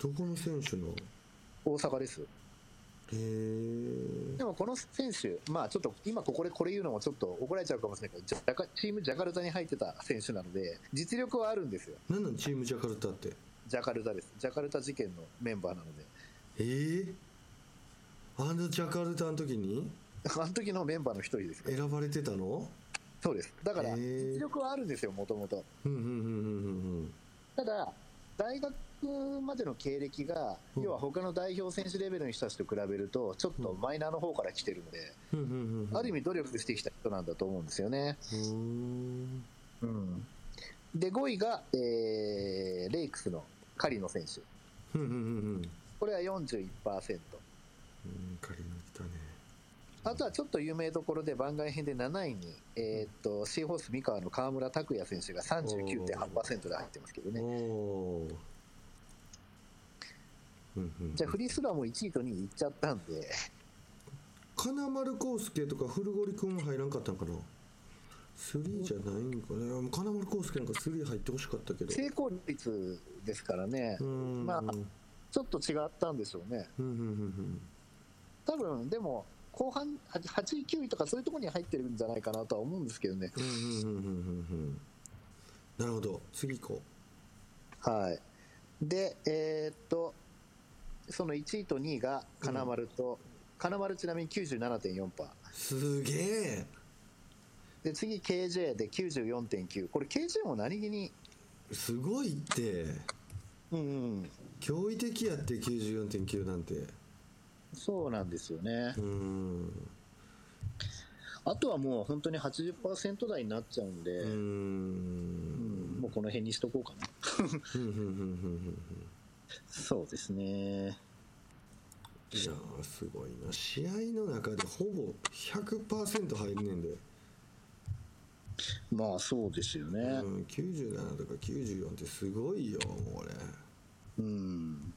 [SPEAKER 2] どこの選手のへ
[SPEAKER 3] 大阪です
[SPEAKER 2] え
[SPEAKER 3] でもこの選手まあちょっと今ここでこれ言うのもちょっと怒られちゃうかもしれないけどジャカチームジャカルタに入ってた選手なので実力はあるんですよ
[SPEAKER 2] 何なんチームジャカルタって
[SPEAKER 3] ジャカルタですジャカルタ事件のメンバーなので
[SPEAKER 2] ええあのジャカルタの時に
[SPEAKER 3] あの時のメンバーの一人ですよ
[SPEAKER 2] 選ばれてたの
[SPEAKER 3] そうです。だから、
[SPEAKER 2] へー
[SPEAKER 3] 実力はあるんですよ、もともと。
[SPEAKER 2] うんうんうんうんうん
[SPEAKER 3] ただ、大学までの経歴が、
[SPEAKER 2] うん
[SPEAKER 3] 要は他の代表選手レベルの人たちと比べると、ちょっとマイナーの方から来てるので、
[SPEAKER 2] うんうんうんうん
[SPEAKER 3] ある意味努力してきた人なんだと思うんですよね。
[SPEAKER 2] うーん
[SPEAKER 3] うん、で、5位が、えーレイクスのカリノ選手。
[SPEAKER 2] うんうんうんうん
[SPEAKER 3] これは41%。
[SPEAKER 2] うん仮に来たね
[SPEAKER 3] あとはちょっと有名どころで番外編で7位に、えーっと、シーホース三河の河村拓也選手が39.8%で入ってますけどね。
[SPEAKER 2] おーうんうん
[SPEAKER 3] じゃあ、フリースローはもう1位と2位いっちゃったんで、
[SPEAKER 2] 金丸康介とか古堀君は入らんかったんかな3じゃないんかな、ね、金丸康介なんか3入ってほしかったけど
[SPEAKER 3] 成功率ですからね
[SPEAKER 2] う、ん
[SPEAKER 3] まあ
[SPEAKER 2] うん
[SPEAKER 3] ちょっと違ったんでしょうね。
[SPEAKER 2] うんうんうん
[SPEAKER 3] 多分、でも、後半、は8位、9位とかそういうところに入ってるんじゃないかなとは思うんですけどね。
[SPEAKER 2] うんうんうんうんうんうんなるほど次行こ
[SPEAKER 3] はい。で、えーっと、その1位と2位が金丸と、金丸ちなみに97.4%。
[SPEAKER 2] うすげえ
[SPEAKER 3] で、次 KJ で94.9。これ KJ も何気に、
[SPEAKER 2] すごいって
[SPEAKER 3] うんうん、
[SPEAKER 2] 驚異的やって94.9なんて
[SPEAKER 3] そうなんですよね
[SPEAKER 2] う。ん
[SPEAKER 3] あとはもう本当に80%台になっちゃうんで、
[SPEAKER 2] う
[SPEAKER 3] うんんもうこの辺にしとこうかな。 [LAUGHS]
[SPEAKER 2] うんうんうんうん
[SPEAKER 3] そうですね。
[SPEAKER 2] いやーすごいな試合の中でほぼ100%入るねんで、
[SPEAKER 3] まあそうですよね。
[SPEAKER 2] うん、97とか94ってすごいよもう俺い
[SPEAKER 3] うん。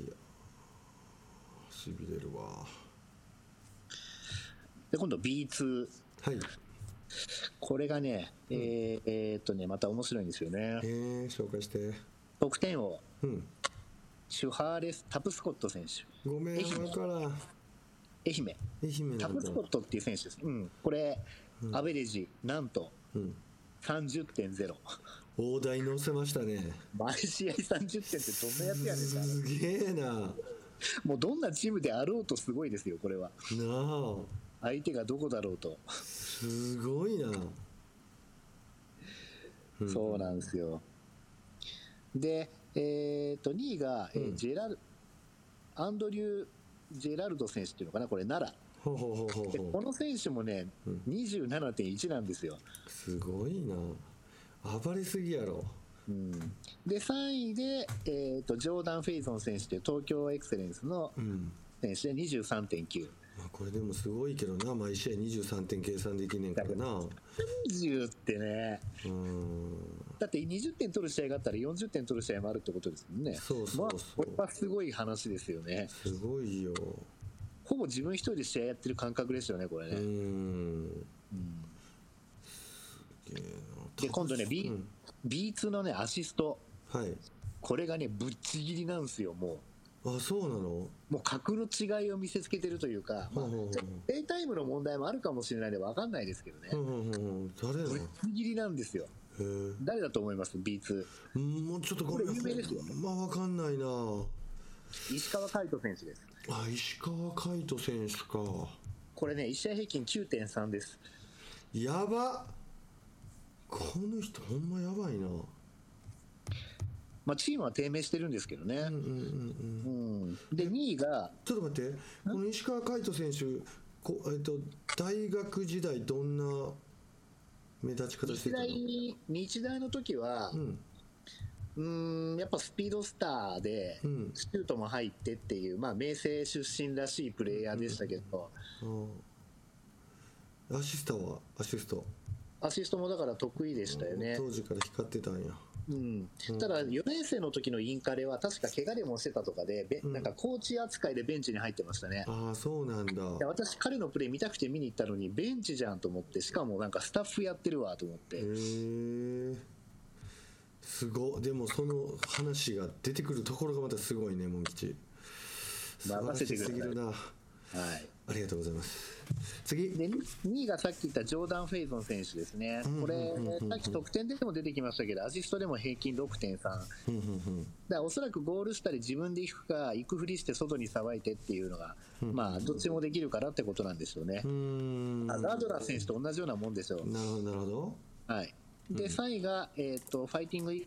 [SPEAKER 2] やーしびれるわ
[SPEAKER 3] で、今度 B2。
[SPEAKER 2] はい
[SPEAKER 3] これがね、えーえーっとね、また面白いんですよね
[SPEAKER 2] え。ー、紹介して
[SPEAKER 3] 得点王、
[SPEAKER 2] うん
[SPEAKER 3] シュハーレス・タプスコット選手。
[SPEAKER 2] ごめん
[SPEAKER 3] 愛媛
[SPEAKER 2] わからん
[SPEAKER 3] 愛媛。
[SPEAKER 2] 愛媛な
[SPEAKER 3] タ
[SPEAKER 2] ん
[SPEAKER 3] プ
[SPEAKER 2] だ
[SPEAKER 3] スコットっていう選手です。うん。これ、アベレージ、なんと
[SPEAKER 2] うん
[SPEAKER 3] 30.0。
[SPEAKER 2] 大台乗せましたね
[SPEAKER 3] 毎試合30点ってどんなやつやねんって
[SPEAKER 2] すげえなな
[SPEAKER 3] もうどんなチームであろうとすごいですよ、これは。
[SPEAKER 2] あ
[SPEAKER 3] 相手がどこだろうと。
[SPEAKER 2] すごいなうん
[SPEAKER 3] そうなんですよ。で、えっと、2位が、えー
[SPEAKER 2] うん
[SPEAKER 3] ジェラル、アンドリュー・ジェラルド選手っていうのかな、これ、奈
[SPEAKER 2] ほうほうほうほう
[SPEAKER 3] 良。で
[SPEAKER 2] ほう
[SPEAKER 3] この選手もね、
[SPEAKER 2] うん
[SPEAKER 3] 27.1なんですよ。
[SPEAKER 2] すごいな暴れすぎやろ
[SPEAKER 3] うん、で、3位で、えっと、ジョーダン・フェイゾン選手で、東京エクセレンスの
[SPEAKER 2] うん、
[SPEAKER 3] 選手で23.9。
[SPEAKER 2] まあ、これでもすごいけどな毎試合23点計算できねえからな
[SPEAKER 3] 30ってね、
[SPEAKER 2] うん
[SPEAKER 3] だって20点取る試合があったら40点取る試合もあるってことですもんね。
[SPEAKER 2] そうそうそう
[SPEAKER 3] まあ、これはすごい話ですよね。
[SPEAKER 2] すごいよ
[SPEAKER 3] ほぼ自分一人で試合やってる感覚ですよね、これ
[SPEAKER 2] う
[SPEAKER 3] ね。
[SPEAKER 2] ん
[SPEAKER 3] うん
[SPEAKER 2] すげえな
[SPEAKER 3] で、今度ね、B、
[SPEAKER 2] うん
[SPEAKER 3] B2 のね、アシスト。
[SPEAKER 2] はい
[SPEAKER 3] これがね、ぶっちぎりなんですよ、も
[SPEAKER 2] あそうなの
[SPEAKER 3] う。もう格の違いを見せつけてるというか、ま
[SPEAKER 2] ほう
[SPEAKER 3] あ、
[SPEAKER 2] ほうほう
[SPEAKER 3] ちょっとプレイタイムの問題もあるかもしれないんで分かんないですけどね
[SPEAKER 2] う。んうんうんうん誰なの
[SPEAKER 3] ぶっ
[SPEAKER 2] へ
[SPEAKER 3] ちぎりなんですよ。
[SPEAKER 2] え
[SPEAKER 3] 誰だと思います ?B2。
[SPEAKER 2] うんもうちょっとごめん
[SPEAKER 3] これ有名ですよ
[SPEAKER 2] ほんまわかんないな
[SPEAKER 3] 石川海人選手です。
[SPEAKER 2] あ石川海人選手か
[SPEAKER 3] これね、1試合平均9.3です。
[SPEAKER 2] やばこの人ほんまやばいな
[SPEAKER 3] まあ、チームは低迷してるんですけどね。
[SPEAKER 2] うんうんうんうん
[SPEAKER 3] うんで、2位が、
[SPEAKER 2] ちょっと待って、この石川海人選手、こえっと、大学時代、どんな目立ち方してた
[SPEAKER 3] 日
[SPEAKER 2] の
[SPEAKER 3] 大、日大の時は、
[SPEAKER 2] うん、
[SPEAKER 3] うーん、やっぱスピードスターで
[SPEAKER 2] う、ん、
[SPEAKER 3] シュートも入ってっていう、まあ、明星出身らしいプレイヤーでしたけど、
[SPEAKER 2] あーアシストは、アシスト、
[SPEAKER 3] アシストもだから得意でしたよね。
[SPEAKER 2] 当時から光ってたんや。
[SPEAKER 3] うん。ただ、4年生の時のインカレは、確か怪我でもしてたとかで、べ
[SPEAKER 2] うん
[SPEAKER 3] なんかコーチ扱いでベンチに入ってましたね。
[SPEAKER 2] ああ、そうなんだ。
[SPEAKER 3] いや私、彼のプレー見たくて見に行ったのに、ベンチじゃんと思って、しかもなんかスタッフやってるわと思っ
[SPEAKER 2] へ
[SPEAKER 3] て、
[SPEAKER 2] え。すごでもその話が出てくるところがまたすごいねモン吉素晴らしすぎるな
[SPEAKER 3] はい
[SPEAKER 2] ありがとうございます次
[SPEAKER 3] で2位がさっき言ったジョーダン・フェイゾン選手ですね
[SPEAKER 2] うん、
[SPEAKER 3] これ
[SPEAKER 2] うんうんうん、
[SPEAKER 3] さっき得点でも出てきましたけど、アシストでも平均6.3、だか
[SPEAKER 2] うんうん
[SPEAKER 3] らおそらくゴール下で自分で行くか、行くふりして外にさばいてっていうのが、
[SPEAKER 2] うん
[SPEAKER 3] まあ、どっちもできるからってことなんですよね
[SPEAKER 2] う。んうーん
[SPEAKER 3] あラドラー選手と同じようなもんですよ。
[SPEAKER 2] なるほどなるほど
[SPEAKER 3] はい、で、3位が、えっとファイティングイー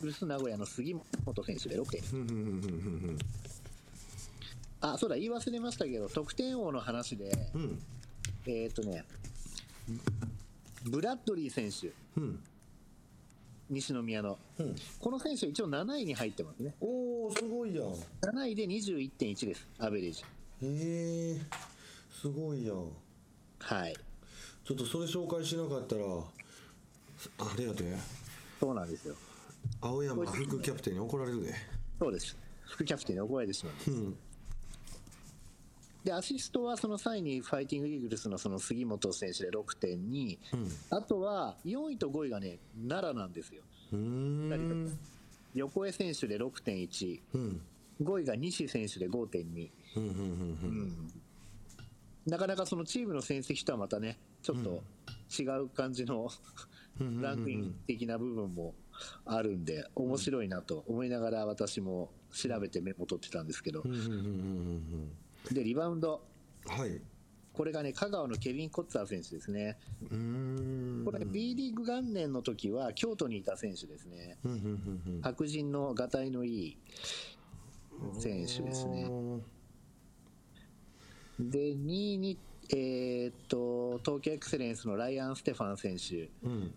[SPEAKER 3] グルス名古屋の杉本選手で6点。
[SPEAKER 2] うんうんうんうん
[SPEAKER 3] あ、そうだ、言い忘れましたけど、得点王の話で、
[SPEAKER 2] うんうん
[SPEAKER 3] えっとね、ブラッドリー選手、
[SPEAKER 2] うん
[SPEAKER 3] 西宮の。
[SPEAKER 2] うん
[SPEAKER 3] この選手は一応7位に入ってますね。
[SPEAKER 2] おおすごいやんへ
[SPEAKER 3] 7位で21.1です、アベレージ。
[SPEAKER 2] えすごいやん
[SPEAKER 3] はい。
[SPEAKER 2] ちょっとそれ紹介しなかったらあれやで
[SPEAKER 3] そうなんですよ。
[SPEAKER 2] 青山副キャプテンに怒られるで
[SPEAKER 3] そうです。副キャプテンに怒られてしまう。
[SPEAKER 2] うん
[SPEAKER 3] で、アシストはその3位にファイティングイーグルスのその杉本選手で6.2。
[SPEAKER 2] うん
[SPEAKER 3] あとは、4位と5位がね、奈良なんですよ。
[SPEAKER 2] うーん
[SPEAKER 3] 横江選手で6.1。
[SPEAKER 2] うん
[SPEAKER 3] 5位が西選手で5.2。
[SPEAKER 2] うんうんうんうん
[SPEAKER 3] なかなかそのチームの成績とはまたね、ちょっと違う感じのランクイン的な部分もあるんで、面白いなと思いながら私も調べてメモ取ってたんですけど
[SPEAKER 2] う、んうんうんうん
[SPEAKER 3] で、リバウンド。
[SPEAKER 2] うんはい
[SPEAKER 3] これがね、香川のケビン・コッツァー選手ですね。
[SPEAKER 2] うーん
[SPEAKER 3] これ、B リーグ元年の時は京都にいた選手ですね。
[SPEAKER 2] うんうんうんうん
[SPEAKER 3] 白人のがたいのいい選手ですね。で、2位に、えーっと、東京エクセレンスのライアン・ステファン選手。
[SPEAKER 2] うん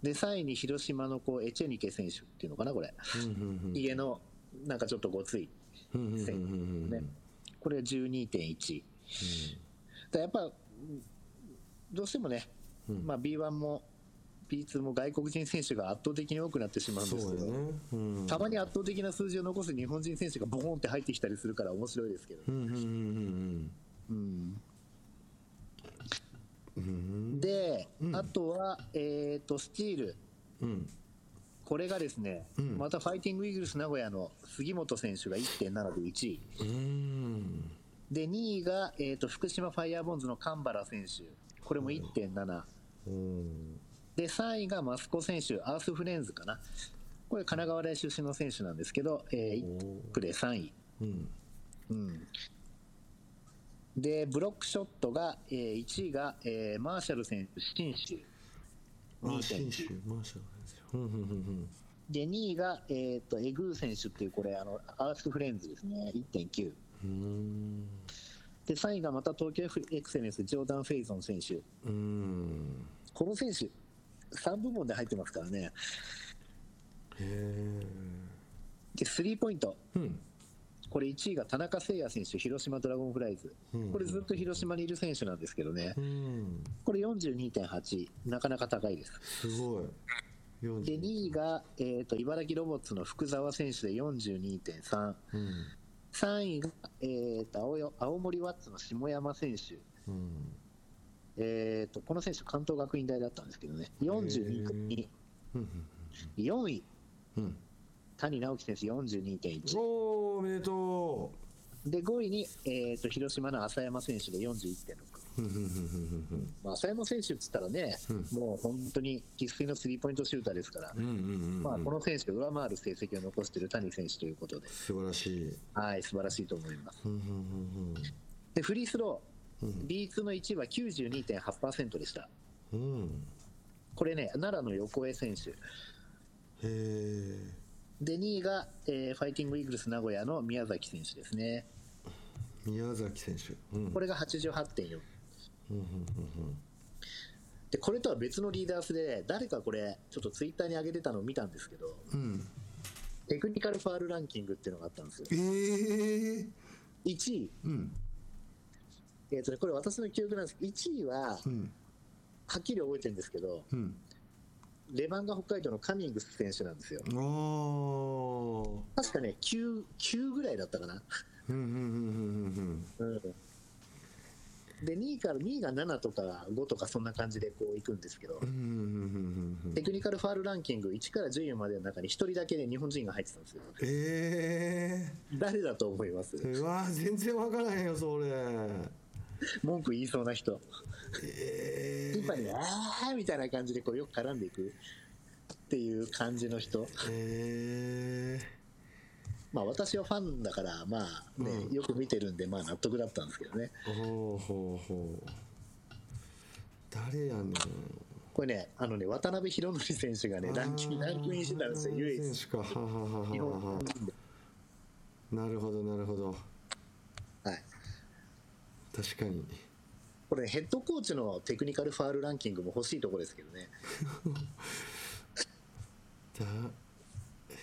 [SPEAKER 3] で、3位に広島のこうエチェニケ選手っていうのかな、これ。
[SPEAKER 2] うんうん
[SPEAKER 3] 家の、なんかちょっとごつい。
[SPEAKER 2] うんうんうんうんうん
[SPEAKER 3] ね。これ12.1。だからやっぱ、どうしてもね、
[SPEAKER 2] うん
[SPEAKER 3] まあ、B1 も B2 も外国人選手が圧倒的に多くなってしまうん
[SPEAKER 2] そ
[SPEAKER 3] で
[SPEAKER 2] うや
[SPEAKER 3] すけど、
[SPEAKER 2] ねうん
[SPEAKER 3] たまに圧倒的な数字を残す日本人選手がボーンって入ってきたりするから面白いですけど。
[SPEAKER 2] うんうんうん
[SPEAKER 3] うん
[SPEAKER 2] うんうん
[SPEAKER 3] で、
[SPEAKER 2] うん
[SPEAKER 3] あとは、えっ、と、スチール。
[SPEAKER 2] うん
[SPEAKER 3] これがですね、
[SPEAKER 2] うん
[SPEAKER 3] またファイティングイーグルス名古屋の杉本選手が1.7で1位。
[SPEAKER 2] うん
[SPEAKER 3] で、2位が、えー、と福島ファイヤーボンズの神原選手、これも1.7、
[SPEAKER 2] うん
[SPEAKER 3] で、3位がマスコ選手、アースフレンズかな、これ、神奈川大出身の選手なんですけど、えー、1区で3位、
[SPEAKER 2] うん
[SPEAKER 3] うん、で、ブロックショットが、えー、1位が、えーマーシャル選手、新州、
[SPEAKER 2] あ
[SPEAKER 3] 2.9
[SPEAKER 2] 信州マーシャルなんですようんうんうん
[SPEAKER 3] で、2位が、えー、とエグー選手っていう、これあの、アースフレンズですね、1.9。
[SPEAKER 2] うん
[SPEAKER 3] で、3位がまた東京エクセレンス、ジョーダン・フェイゾン選手。
[SPEAKER 2] うんうん
[SPEAKER 3] この選手、3部門で入ってますからね。
[SPEAKER 2] へえ
[SPEAKER 3] で、スリーポイント。
[SPEAKER 2] うん
[SPEAKER 3] これ1位が田中誠也選手、広島ドラゴンフライズ。
[SPEAKER 2] うん
[SPEAKER 3] これずっと広島にいる選手なんですけどね
[SPEAKER 2] う。ん
[SPEAKER 3] これ42.8。なかなか高いです。
[SPEAKER 2] すごい40
[SPEAKER 3] で、2位が、えー、と、茨城ロボッツの福澤選手で42.3。
[SPEAKER 2] うん
[SPEAKER 3] 3位が、えー、と青よ、青森ワッツの下山選手。
[SPEAKER 2] うん
[SPEAKER 3] えー、と、この選手、関東学院大だったんですけどね。42.2。
[SPEAKER 2] うん
[SPEAKER 3] 4位、
[SPEAKER 2] うん
[SPEAKER 3] 谷直樹選手42.1。
[SPEAKER 2] おーおめでと
[SPEAKER 3] で、5位に、えー、と広島の浅山選手で41.6。
[SPEAKER 2] う。うんうんうん
[SPEAKER 3] まあ、浅山選手って言ったらね、
[SPEAKER 2] うん
[SPEAKER 3] もう本当に生粋のスリーポイントシューターですから、
[SPEAKER 2] うんうんうん
[SPEAKER 3] まあ、
[SPEAKER 2] の
[SPEAKER 3] この選手を上回る成績を残している谷選手ということで、
[SPEAKER 2] 素晴らしい。
[SPEAKER 3] はい、素晴らしいと思います。
[SPEAKER 2] うんうん
[SPEAKER 3] で、フリースロ
[SPEAKER 2] う
[SPEAKER 3] ー、
[SPEAKER 2] ん
[SPEAKER 3] B2 の1位は92.8%でした。
[SPEAKER 2] うんうん。
[SPEAKER 3] これね、奈良の横江選手。
[SPEAKER 2] へえ。
[SPEAKER 3] で、2位が、えーファイティングイーグルス名古屋の宮崎選手ですね。
[SPEAKER 2] 宮崎選手。うん
[SPEAKER 3] これが88.4。
[SPEAKER 2] うんうん
[SPEAKER 3] で、これとは別のリーダースで、誰かこれ、ちょっとツイッターに上げてたのを見たんですけど、
[SPEAKER 2] うんうん。
[SPEAKER 3] テクニカルファールランキングっていうのがあったんですよ
[SPEAKER 2] う。ん。ええ。
[SPEAKER 3] 1位、
[SPEAKER 2] うん
[SPEAKER 3] えーとね、これ私の記憶なんですけど、1位は、は
[SPEAKER 2] うん
[SPEAKER 3] っきり覚えてるんですけど、
[SPEAKER 2] うん。
[SPEAKER 3] レバンが北海道のカミングス選手なんですよ。
[SPEAKER 2] ああ。
[SPEAKER 3] 確かね、9、9ぐらいだったかな。
[SPEAKER 2] うんうんうんうんうんうん。
[SPEAKER 3] うん。で、2位から、2位が7とか5とかそんな感じでこう行くんですけど
[SPEAKER 2] う、んうんうんうんうん
[SPEAKER 3] テクニカルファールランキング1から10位までの中に1人だけで日本人が入ってたんですよ。
[SPEAKER 2] え
[SPEAKER 3] 誰だと思います
[SPEAKER 2] ー、うわ全然わからへんよそれ
[SPEAKER 3] 文句言いそうな人。
[SPEAKER 2] え
[SPEAKER 3] キーパー
[SPEAKER 2] ー、
[SPEAKER 3] に、あーみたいな感じでこうよく絡んでいくっていう感じの人。
[SPEAKER 2] えー
[SPEAKER 3] まあ私はファンだから、まあね、
[SPEAKER 2] うん
[SPEAKER 3] よく見てるんで、まあ納得だったんですけどね。
[SPEAKER 2] ほうほうほう誰やねん
[SPEAKER 3] これね、あのね、渡辺博典選手がね、ランキング、ランクインしてたんですよ、唯一。
[SPEAKER 2] 選手かはははは
[SPEAKER 3] 日本
[SPEAKER 2] はは
[SPEAKER 3] 人で
[SPEAKER 2] なるほどなるほど
[SPEAKER 3] はい。
[SPEAKER 2] 確かに
[SPEAKER 3] これ、ね、ヘッドコーチのテクニカルファールランキングも欲しいところですけどね。
[SPEAKER 2] だ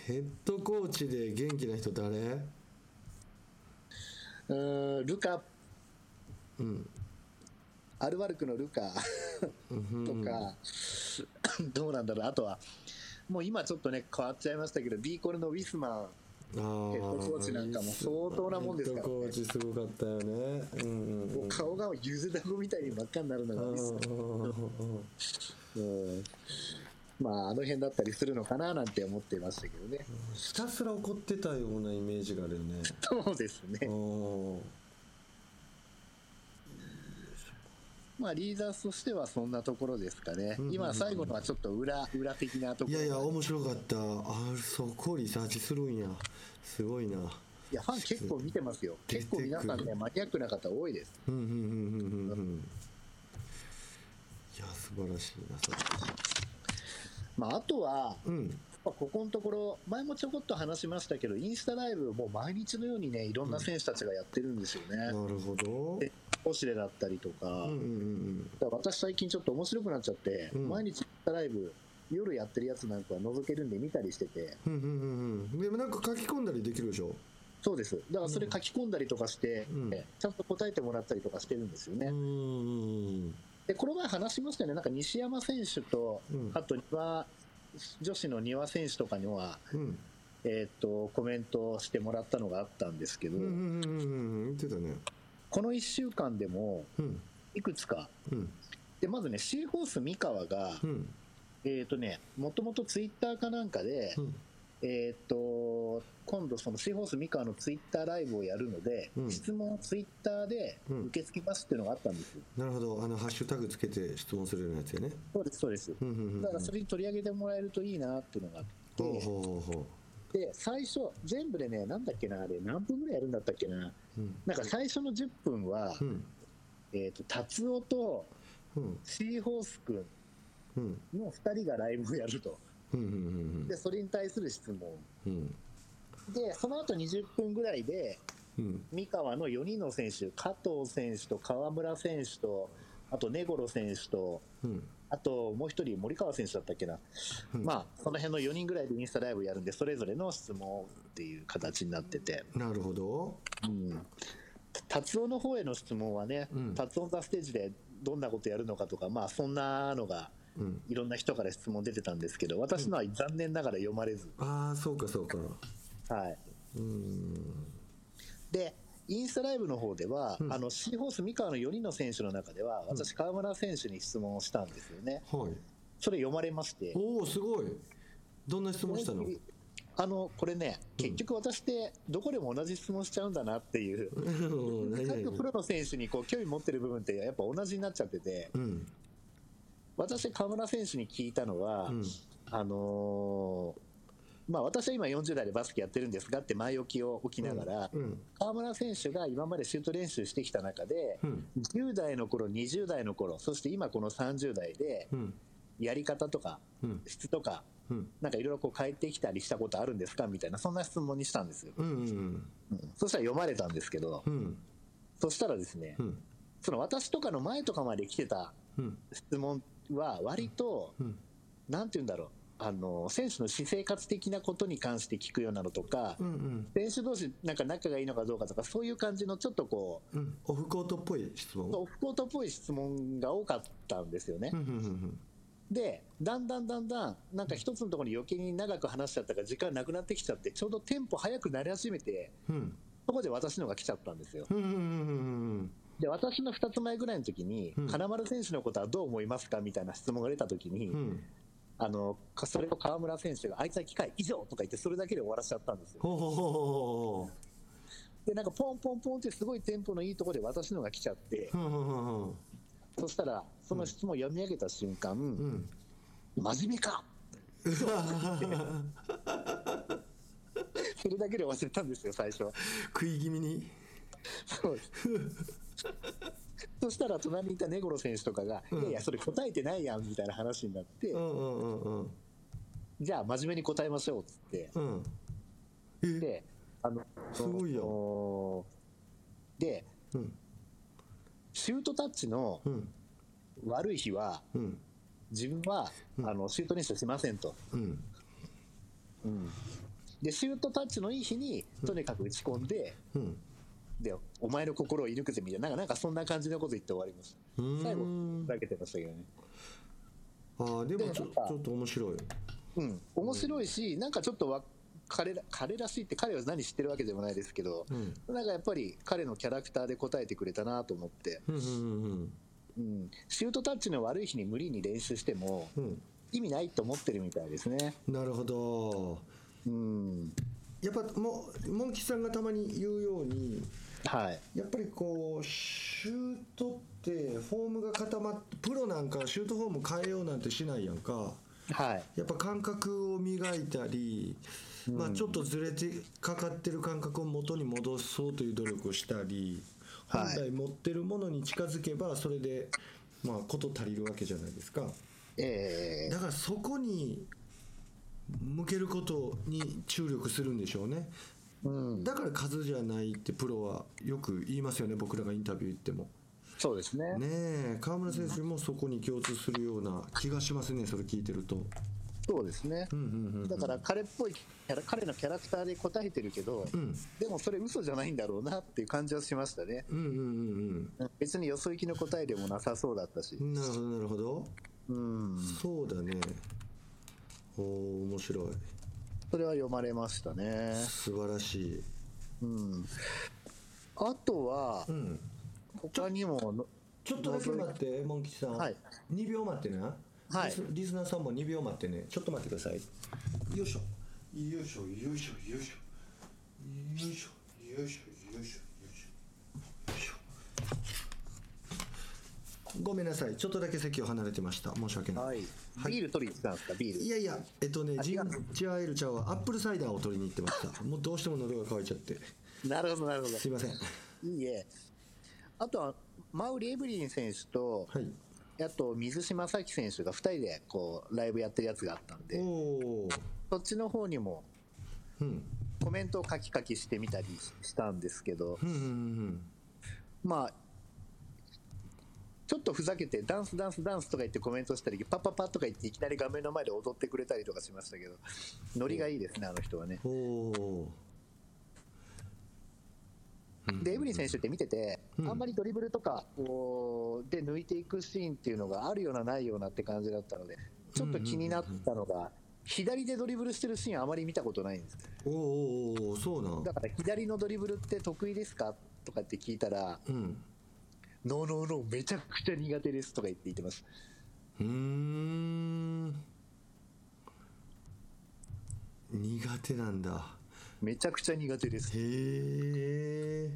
[SPEAKER 2] ヘッドコーチで元気な人誰
[SPEAKER 3] うーん、ルカ、
[SPEAKER 2] うん
[SPEAKER 3] アルバルクのルカ
[SPEAKER 2] うん
[SPEAKER 3] とか、どうなんだろう。あとは、もう今ちょっとね、変わっちゃいましたけど、ビーコルのウィスマン、
[SPEAKER 2] ヘッ
[SPEAKER 3] ヘッドコーチなんかも相当なもんですからね
[SPEAKER 2] ヘッドコーチすごかったよねうんうん
[SPEAKER 3] もう顔がゆずだこみたいに真っ赤になるのがウィスマンうんまあ、あの辺だったりするのかななんて思ってましたけどね。
[SPEAKER 2] ひたすら怒ってたようなイメージがあるよ
[SPEAKER 3] [LAUGHS]
[SPEAKER 2] ね
[SPEAKER 3] そうですね。
[SPEAKER 2] お
[SPEAKER 3] まあ、リーダーとしてはそんなところですかね
[SPEAKER 2] んうん。
[SPEAKER 3] 今、最後のはちょっと裏、裏的なとこ
[SPEAKER 2] い
[SPEAKER 3] ろ。
[SPEAKER 2] やいや
[SPEAKER 3] い
[SPEAKER 2] 面白かったあそこリサーチするんやすごいな
[SPEAKER 3] や、ファン結構見てますよ。
[SPEAKER 2] 出て
[SPEAKER 3] 結
[SPEAKER 2] く
[SPEAKER 3] 構
[SPEAKER 2] る
[SPEAKER 3] 皆さんね、マニアックな方多いです。
[SPEAKER 2] うんうんうんうんうんうんいや素晴らしいなそれ
[SPEAKER 3] まあ、あとは、
[SPEAKER 2] うん
[SPEAKER 3] まあここのところ、前もちょこっと話しましたけど、インスタライブをもう毎日のようにね、いろんな選手たちがやってるんですよ
[SPEAKER 2] な
[SPEAKER 3] ね。
[SPEAKER 2] るほど
[SPEAKER 3] で、オシレだったりとか
[SPEAKER 2] うんうん、うん
[SPEAKER 3] だから私最近ちょっと面白くなっちゃって、
[SPEAKER 2] うん
[SPEAKER 3] 毎日インスタライブ、夜やってるやつなんかは覗けるんで見たりしてて、
[SPEAKER 2] うんうんうんうんでもなんか書き込んだりできるでしょ
[SPEAKER 3] そうです。だからそれ書き込んだりとかして、
[SPEAKER 2] うん
[SPEAKER 3] えちゃんと答えてもらったりとかしてるんですよね。
[SPEAKER 2] うんうん
[SPEAKER 3] で、この前話しましたよね。なんか西山選手と、
[SPEAKER 2] うん
[SPEAKER 3] あと庭、女子の庭選手とかには、
[SPEAKER 2] うん
[SPEAKER 3] えーっと、コメントをしてもらったのがあったんですけど、
[SPEAKER 2] うんうんうんうんうん言ってたね
[SPEAKER 3] この1週間でも、
[SPEAKER 2] うん
[SPEAKER 3] いくつか、
[SPEAKER 2] うん
[SPEAKER 3] で、まずね、シーホース三河が、
[SPEAKER 2] うん
[SPEAKER 3] えーっとね、もともとツイッターかなんかで、
[SPEAKER 2] うん
[SPEAKER 3] えーっと、今度そのシーホース三河のツイッターライブをやるので、
[SPEAKER 2] うん
[SPEAKER 3] 質問をツイッターで受け付けますっていうのがあったんですよ。
[SPEAKER 2] なるほどあのハッシュタグつけて質問するようなやつやね
[SPEAKER 3] そうです、そうです。
[SPEAKER 2] うんうんうんうん
[SPEAKER 3] だからそれに取り上げてもらえるといいなっていうのがあ
[SPEAKER 2] ほう
[SPEAKER 3] っ
[SPEAKER 2] ほうほうほ
[SPEAKER 3] て、で、最初、全部でね、なんだっけな、あれ、何分ぐらいやるんだったっけな。
[SPEAKER 2] ううん
[SPEAKER 3] なんか最初の10分は、
[SPEAKER 2] うん
[SPEAKER 3] えっ、と、達夫と
[SPEAKER 2] うん
[SPEAKER 3] シーホース君
[SPEAKER 2] うん
[SPEAKER 3] の2人がライブをやると。
[SPEAKER 2] うんうんうん
[SPEAKER 3] で、それに対する質問。
[SPEAKER 2] うん
[SPEAKER 3] で、その後20分ぐらいで、
[SPEAKER 2] うん
[SPEAKER 3] 三河の4人の選手、加藤選手と河村選手と、あと根頃選手と、
[SPEAKER 2] うん
[SPEAKER 3] あともう一人、森川選手だったっけな、まあ、その辺の4人ぐらいでインスタライブやるんで、それぞれの質問っていう形になってて、
[SPEAKER 2] なるほど
[SPEAKER 3] うん、達夫の方への質問はね、
[SPEAKER 2] うん
[SPEAKER 3] 達夫ザステージでどんなことやるのかとか、まあ、そんなのが
[SPEAKER 2] うん
[SPEAKER 3] いろんな人から質問出てたんですけど、私のは残念ながら読まれず、
[SPEAKER 2] ああそうかそうか
[SPEAKER 3] はい、
[SPEAKER 2] うん
[SPEAKER 3] で、インスタライブの方では、
[SPEAKER 2] うん
[SPEAKER 3] あのシーホース三河の4人の選手の中では、私、河村選手に質問をしたんですよね、
[SPEAKER 2] はい
[SPEAKER 3] それ読まれまして。
[SPEAKER 2] おおすごいどんな質問したの
[SPEAKER 3] あのこれね、結局私ってどこでも同じ質問しちゃうんだなっていう、
[SPEAKER 2] うん何々
[SPEAKER 3] 各プロの選手にこう興味持ってる部分ってやっぱ同じになっちゃってて、
[SPEAKER 2] うん
[SPEAKER 3] 私、河村選手に聞いたのは、
[SPEAKER 2] うん
[SPEAKER 3] あのーまあ、私は今40代でバスケやってるんですがって前置きを置きながら、
[SPEAKER 2] うん
[SPEAKER 3] 河村選手が今までシュート練習してきた中で、
[SPEAKER 2] うん
[SPEAKER 3] 10代の頃、20代の頃、そして今この30代で
[SPEAKER 2] う、ん
[SPEAKER 3] やり方とか
[SPEAKER 2] うん
[SPEAKER 3] 質とか、
[SPEAKER 2] うん
[SPEAKER 3] なんかいろいろこう変えてきたりしたことあるんですかみたいな、そんな質問にしたんですよ。
[SPEAKER 2] うんうん
[SPEAKER 3] そしたら読まれたんですけど、
[SPEAKER 2] うん
[SPEAKER 3] そしたらですね
[SPEAKER 2] う、ん
[SPEAKER 3] その私とかの前とかまで来てた
[SPEAKER 2] うん
[SPEAKER 3] 質問は割と、
[SPEAKER 2] うん
[SPEAKER 3] なんて言うんだろう、あの、選手の私生活的なことに関して聞くようなのとか
[SPEAKER 2] う、ん
[SPEAKER 3] 選手同士なんか仲がいいのかどうかとか、そういう感じのちょっとこう、
[SPEAKER 2] うんオフコートっぽい質問
[SPEAKER 3] オフコートっぽい質問が多かったんですよね
[SPEAKER 2] う。んうんうん
[SPEAKER 3] で、だんだんだんだん、なんか一つのところに余計に長く話しちゃったから時間なくなってきちゃって、ちょうどテンポ早くなり始めて、
[SPEAKER 2] うん
[SPEAKER 3] そこで私のが来ちゃったんですよ。
[SPEAKER 2] うんうんうんうん
[SPEAKER 3] で、私の2つ前ぐらいの時に、
[SPEAKER 2] うん
[SPEAKER 3] 金丸選手のことはどう思いますかみたいな質問が出た時に、
[SPEAKER 2] うん
[SPEAKER 3] あの、かそれを河村選手が、あいつは機械以上とか言って、それだけで終わらしちゃったんですよ。
[SPEAKER 2] ほうほうほうほ
[SPEAKER 3] で、なんかポンポンポンってすごいテンポのいいところで私のが来ちゃって、
[SPEAKER 2] うほうほうほうほう
[SPEAKER 3] そしたら、その質問を読み上げた瞬間、
[SPEAKER 2] うん
[SPEAKER 3] 真面目かそれだけで終わっちゃったんですよ、最初。
[SPEAKER 2] 食い気味に
[SPEAKER 3] そうです。そしたら隣にいた根室選手とかが、
[SPEAKER 2] うん
[SPEAKER 3] いやいや、それ答えてないやんみたいな話になって、
[SPEAKER 2] うんうんうんうん
[SPEAKER 3] じゃあ真面目に答えましょうっつって、
[SPEAKER 2] うんえ
[SPEAKER 3] で、あの、
[SPEAKER 2] すごいやん
[SPEAKER 3] よ。で、
[SPEAKER 2] うん
[SPEAKER 3] シュートタッチの
[SPEAKER 2] うん
[SPEAKER 3] 悪い日は、
[SPEAKER 2] うん
[SPEAKER 3] 自分は、
[SPEAKER 2] うん
[SPEAKER 3] あのシュート練習しませんと。
[SPEAKER 2] うん
[SPEAKER 3] で、シュートタッチのいい日に、とにかく打ち込んで、
[SPEAKER 2] うん
[SPEAKER 3] で、お前の心を射抜くぜみたいな、なんかなんかそんな感じのこと言って終わりまし
[SPEAKER 2] うーん
[SPEAKER 3] た。最後、ふざけてましたけどね。
[SPEAKER 2] あーでもちょ
[SPEAKER 3] でもなんか
[SPEAKER 2] ちょっと面白い
[SPEAKER 3] うん、面白いし、なんかちょっとわ彼ら彼らしいって、彼は何知ってるわけでもないですけど、
[SPEAKER 2] うん
[SPEAKER 3] なんかやっぱり彼のキャラクターで答えてくれたなと思って、
[SPEAKER 2] うんうんうん
[SPEAKER 3] うん、シュートタッチの悪い日に無理に練習しても、
[SPEAKER 2] うん
[SPEAKER 3] 意味ないと思ってるみたいですね。
[SPEAKER 2] うんなるほど
[SPEAKER 3] うん、
[SPEAKER 2] やっぱもうモンキさんがたまに言うように
[SPEAKER 3] はい。
[SPEAKER 2] やっぱりこうシュートってフォームが固まってプロなんかシュートフォーム変えようなんてしないやんか
[SPEAKER 3] はい。
[SPEAKER 2] やっぱ感覚を磨いたり、まあ、ちょっとずれてかかってる感覚を元に戻そうという努力をしたり本
[SPEAKER 3] はい
[SPEAKER 2] 来持ってるものに近づけばそれでまあ事足りるわけじゃないですか
[SPEAKER 3] え
[SPEAKER 2] だからそこに向けることに注力するんでしょうね
[SPEAKER 3] ーうん、
[SPEAKER 2] だから数じゃないってプロはよく言いますよね僕らがインタビュー行っても。
[SPEAKER 3] そうですね。
[SPEAKER 2] ねえ河村選手もそこに共通するような気がしますねそれ聞いてると。
[SPEAKER 3] そうですね。
[SPEAKER 2] うんうんうん
[SPEAKER 3] だから彼っぽいキャラ、彼のキャラクターで答えてるけど、
[SPEAKER 2] ん
[SPEAKER 3] でもそれ嘘じゃないんだろうなっていう感じはしましたね。
[SPEAKER 2] うんうんうん
[SPEAKER 3] うん別によそ行きの答えでもなさそうだったし
[SPEAKER 2] う。んなるほどなるほど
[SPEAKER 3] うん。
[SPEAKER 2] そうだねおお面白い
[SPEAKER 3] それは読まれましたね。
[SPEAKER 2] 素晴らしい
[SPEAKER 3] うん。あとは
[SPEAKER 2] う、ん
[SPEAKER 3] 他にもの、
[SPEAKER 2] ちょっとだけ待ってモン吉さん、
[SPEAKER 3] はい
[SPEAKER 2] 2秒待ってな
[SPEAKER 3] はい
[SPEAKER 2] リスリスナーさんも2秒待ってねちょっと待ってくださいよいしょよいしょよいしょよいしょよいしょよいしょよいしょよいしょよいしょごめんなさいちょっとだけ席を離れてました申し訳ない、
[SPEAKER 3] はい。ビール取りに行ってたんですか、ビール。
[SPEAKER 2] いやいや、えっとね、
[SPEAKER 3] あ
[SPEAKER 2] ジ
[SPEAKER 3] 違う
[SPEAKER 2] ンジャーエールちゃんはアップルサイダーを取りに行ってました。もうどうしても喉が渇いちゃって。
[SPEAKER 3] なるほど、なるほど。
[SPEAKER 2] すいません。はい
[SPEAKER 3] いいえ。あとは、マウリ・エブリン選手と、
[SPEAKER 2] い。
[SPEAKER 3] あと、水島咲選手が2人で、こう、ライブやってるやつがあったん
[SPEAKER 2] お
[SPEAKER 3] で、
[SPEAKER 2] おー。
[SPEAKER 3] そっちの方にも、
[SPEAKER 2] うん。
[SPEAKER 3] コメントを書き書きしてみたりしたんですけど、
[SPEAKER 2] うんうんうん
[SPEAKER 3] まあ、ちょっとふざけて、ダンス、ダンス、ダンスとか言ってコメントしたり、パッパッパッとか言って、いきなり画面の前で踊ってくれたりとかしましたけど、ノリがいいですね、あの人はね。
[SPEAKER 2] うん。おお。
[SPEAKER 3] で、エブリン選手って見てて、
[SPEAKER 2] うん
[SPEAKER 3] あんまりドリブルとかこうで抜いていくシーンっていうのがあるような、ないようなって感じだったので、ちょっと気になったのが、左でドリブルしてるシーン、あまり見たことないんです。
[SPEAKER 2] おーおーおーそうなん
[SPEAKER 3] だ。から、左のドリブルって得意ですかとかって聞いたら、
[SPEAKER 2] うん。
[SPEAKER 3] ノーノーノー、めちゃくちゃ苦手ですとか言って言ってます。
[SPEAKER 2] うーん。苦手なんだ。
[SPEAKER 3] めちゃくちゃ苦手です。
[SPEAKER 2] へえ。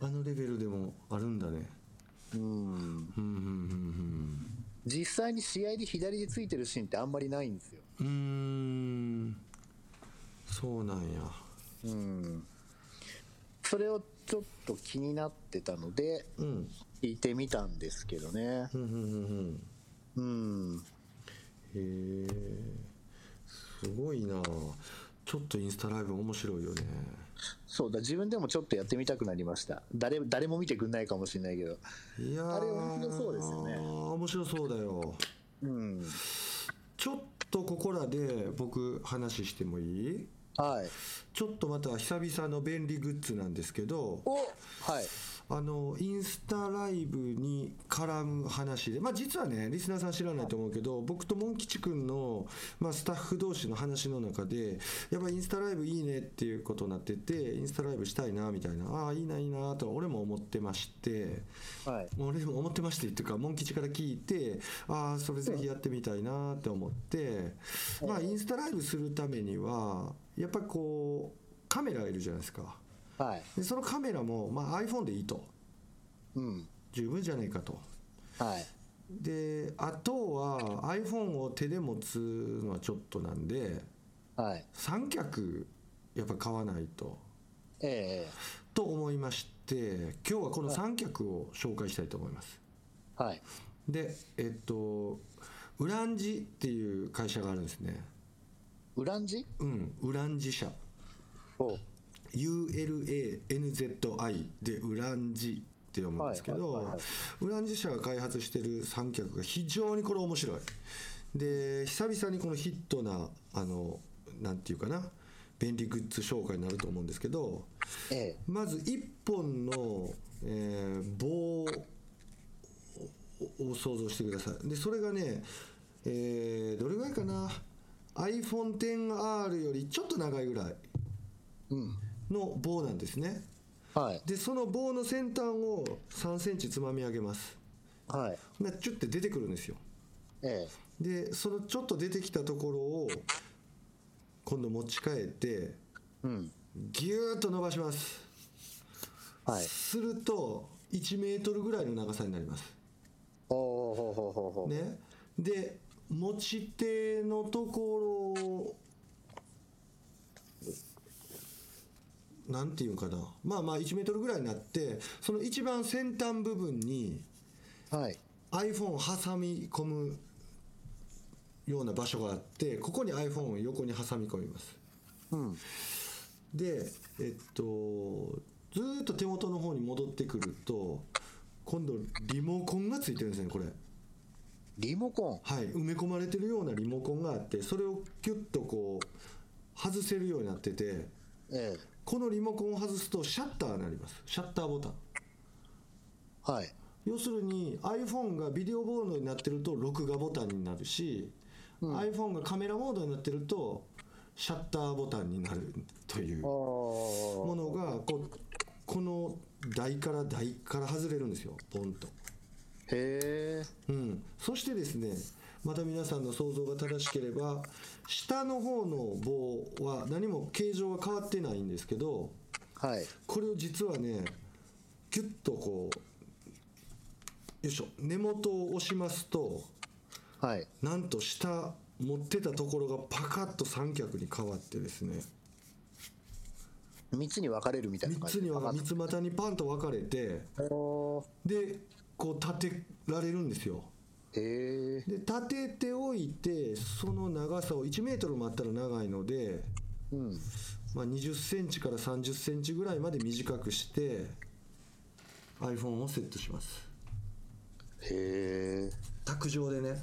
[SPEAKER 2] あのレベルでもあるんだね。
[SPEAKER 3] うん
[SPEAKER 2] うんうんうん
[SPEAKER 3] 実際に試合で左でついてるシーンってあんまりないんですよ。
[SPEAKER 2] うん。うーん。そうなんや。
[SPEAKER 3] うん。それをちょっと気になってたので、
[SPEAKER 2] うん。
[SPEAKER 3] 聞いてみたんですけどね
[SPEAKER 2] う。んうんうん
[SPEAKER 3] う
[SPEAKER 2] う
[SPEAKER 3] ん。
[SPEAKER 2] ん。へえ。すごいな。ちょっとインスタライブ面白いよね。
[SPEAKER 3] そうだ、自分でもちょっとやってみたくなりました。誰、誰も見てくんないかもしれないけど。
[SPEAKER 2] いやー
[SPEAKER 3] あれ面白そうですよね
[SPEAKER 2] 面白そうだよ。
[SPEAKER 3] うん。
[SPEAKER 2] ちょっとここらで僕話してもいい
[SPEAKER 3] はい。
[SPEAKER 2] ちょっとまた久々の便利グッズなんですけど、
[SPEAKER 3] おはい。
[SPEAKER 2] あのインスタライブに絡む話で、まあ、実はねリスナーさん知らないと思うけど僕とモン吉君の、まあ、スタッフ同士の話の中でやっぱインスタライブいいねっていうことになっててインスタライブしたいなみたいなああーいいないいなと俺も思ってまして。
[SPEAKER 3] はい。
[SPEAKER 2] 俺も思ってましてっていうかモン吉から聞いてああそれぜひやってみたいなって思って、まあインスタライブするためにはやっぱりこうカメラがいるじゃないですか
[SPEAKER 3] はい。
[SPEAKER 2] でそのカメラも、まあ、iPhone でいいと
[SPEAKER 3] うん。
[SPEAKER 2] 十分じゃないかと
[SPEAKER 3] はい。
[SPEAKER 2] であとは iPhone を手で持つのはちょっとなんで
[SPEAKER 3] はい。
[SPEAKER 2] 三脚やっぱ買わないと
[SPEAKER 3] えええ
[SPEAKER 2] と思いまして今日はこの三脚を紹介したいと思います
[SPEAKER 3] えはい。
[SPEAKER 2] でえっとウランジっていう会社があるんですね
[SPEAKER 3] ウランジ
[SPEAKER 2] うんウランジ社
[SPEAKER 3] お
[SPEAKER 2] ULANZI でウランジって読むんですけ
[SPEAKER 3] はいはいはい
[SPEAKER 2] ど
[SPEAKER 3] はい
[SPEAKER 2] ウランジ社が開発してる三脚が非常にこれ面白いで久々にこのヒットなあのなんていうかな便利グッズ紹介になると思うんですけど
[SPEAKER 3] ええ
[SPEAKER 2] まず1本の、えー棒をを想像してくださいでそれがね、えーどれぐらいかな iPhone10R よりちょっと長いぐらい
[SPEAKER 3] うん。
[SPEAKER 2] の棒なんですね
[SPEAKER 3] はい。
[SPEAKER 2] でその棒の先端を3センチつまみ上げます
[SPEAKER 3] はい。
[SPEAKER 2] なチュッて出てくるんですよ
[SPEAKER 3] え
[SPEAKER 2] でそのちょっと出てきたところを今度持ち替えて
[SPEAKER 3] えうん。
[SPEAKER 2] ギューッと伸ばします
[SPEAKER 3] はい。
[SPEAKER 2] すると1メートルぐらいの長さになります
[SPEAKER 3] おおほうほうほうほう。
[SPEAKER 2] ね、で持ち手のところをなんていうんかなまあまあ1メートルぐらいになってその一番先端部分に
[SPEAKER 3] はい。
[SPEAKER 2] iPhone を挟み込むような場所があってここに iPhone を横に挟み込みます
[SPEAKER 3] うん。
[SPEAKER 2] でえっとずーっと手元の方に戻ってくると今度リモコンがついてるんですねこれ。
[SPEAKER 3] リモコン。
[SPEAKER 2] はい、埋め込まれてるようなリモコンがあってそれをキュッとこう外せるようになってて
[SPEAKER 3] ええ
[SPEAKER 2] このリモコンを外すとシャッターになりますシャッターボタン
[SPEAKER 3] はい。
[SPEAKER 2] 要するに iPhone がビデオボードになってると録画ボタンになるし、iPhone がカメラモードになってるとシャッターボタンになるという
[SPEAKER 3] お
[SPEAKER 2] も
[SPEAKER 3] お。
[SPEAKER 2] のがこうこの台から台から外れるんですよポンと。
[SPEAKER 3] へえ。
[SPEAKER 2] うん、そしてですねまた皆さんの想像が正しければ下の方の棒は何も形状は変わってないんですけど
[SPEAKER 3] はい。
[SPEAKER 2] これを実はねキュッとこうよいしょ根元を押しますと
[SPEAKER 3] はい。
[SPEAKER 2] なんと下持ってたところがパカッと三脚に変わってですね
[SPEAKER 3] 三つに分かれるみたいな
[SPEAKER 2] 3
[SPEAKER 3] 感
[SPEAKER 2] つ
[SPEAKER 3] じ。
[SPEAKER 2] には三つ股にパンと分かれて
[SPEAKER 3] おー
[SPEAKER 2] でこう立てられるんですよ。
[SPEAKER 3] へえ。
[SPEAKER 2] で立てておいてその長さを1メートルもあったら長いので、
[SPEAKER 3] うん。
[SPEAKER 2] まあ、2 0ンチから3 0ンチぐらいまで短くして iPhone をセットします
[SPEAKER 3] へえ。
[SPEAKER 2] 卓上でね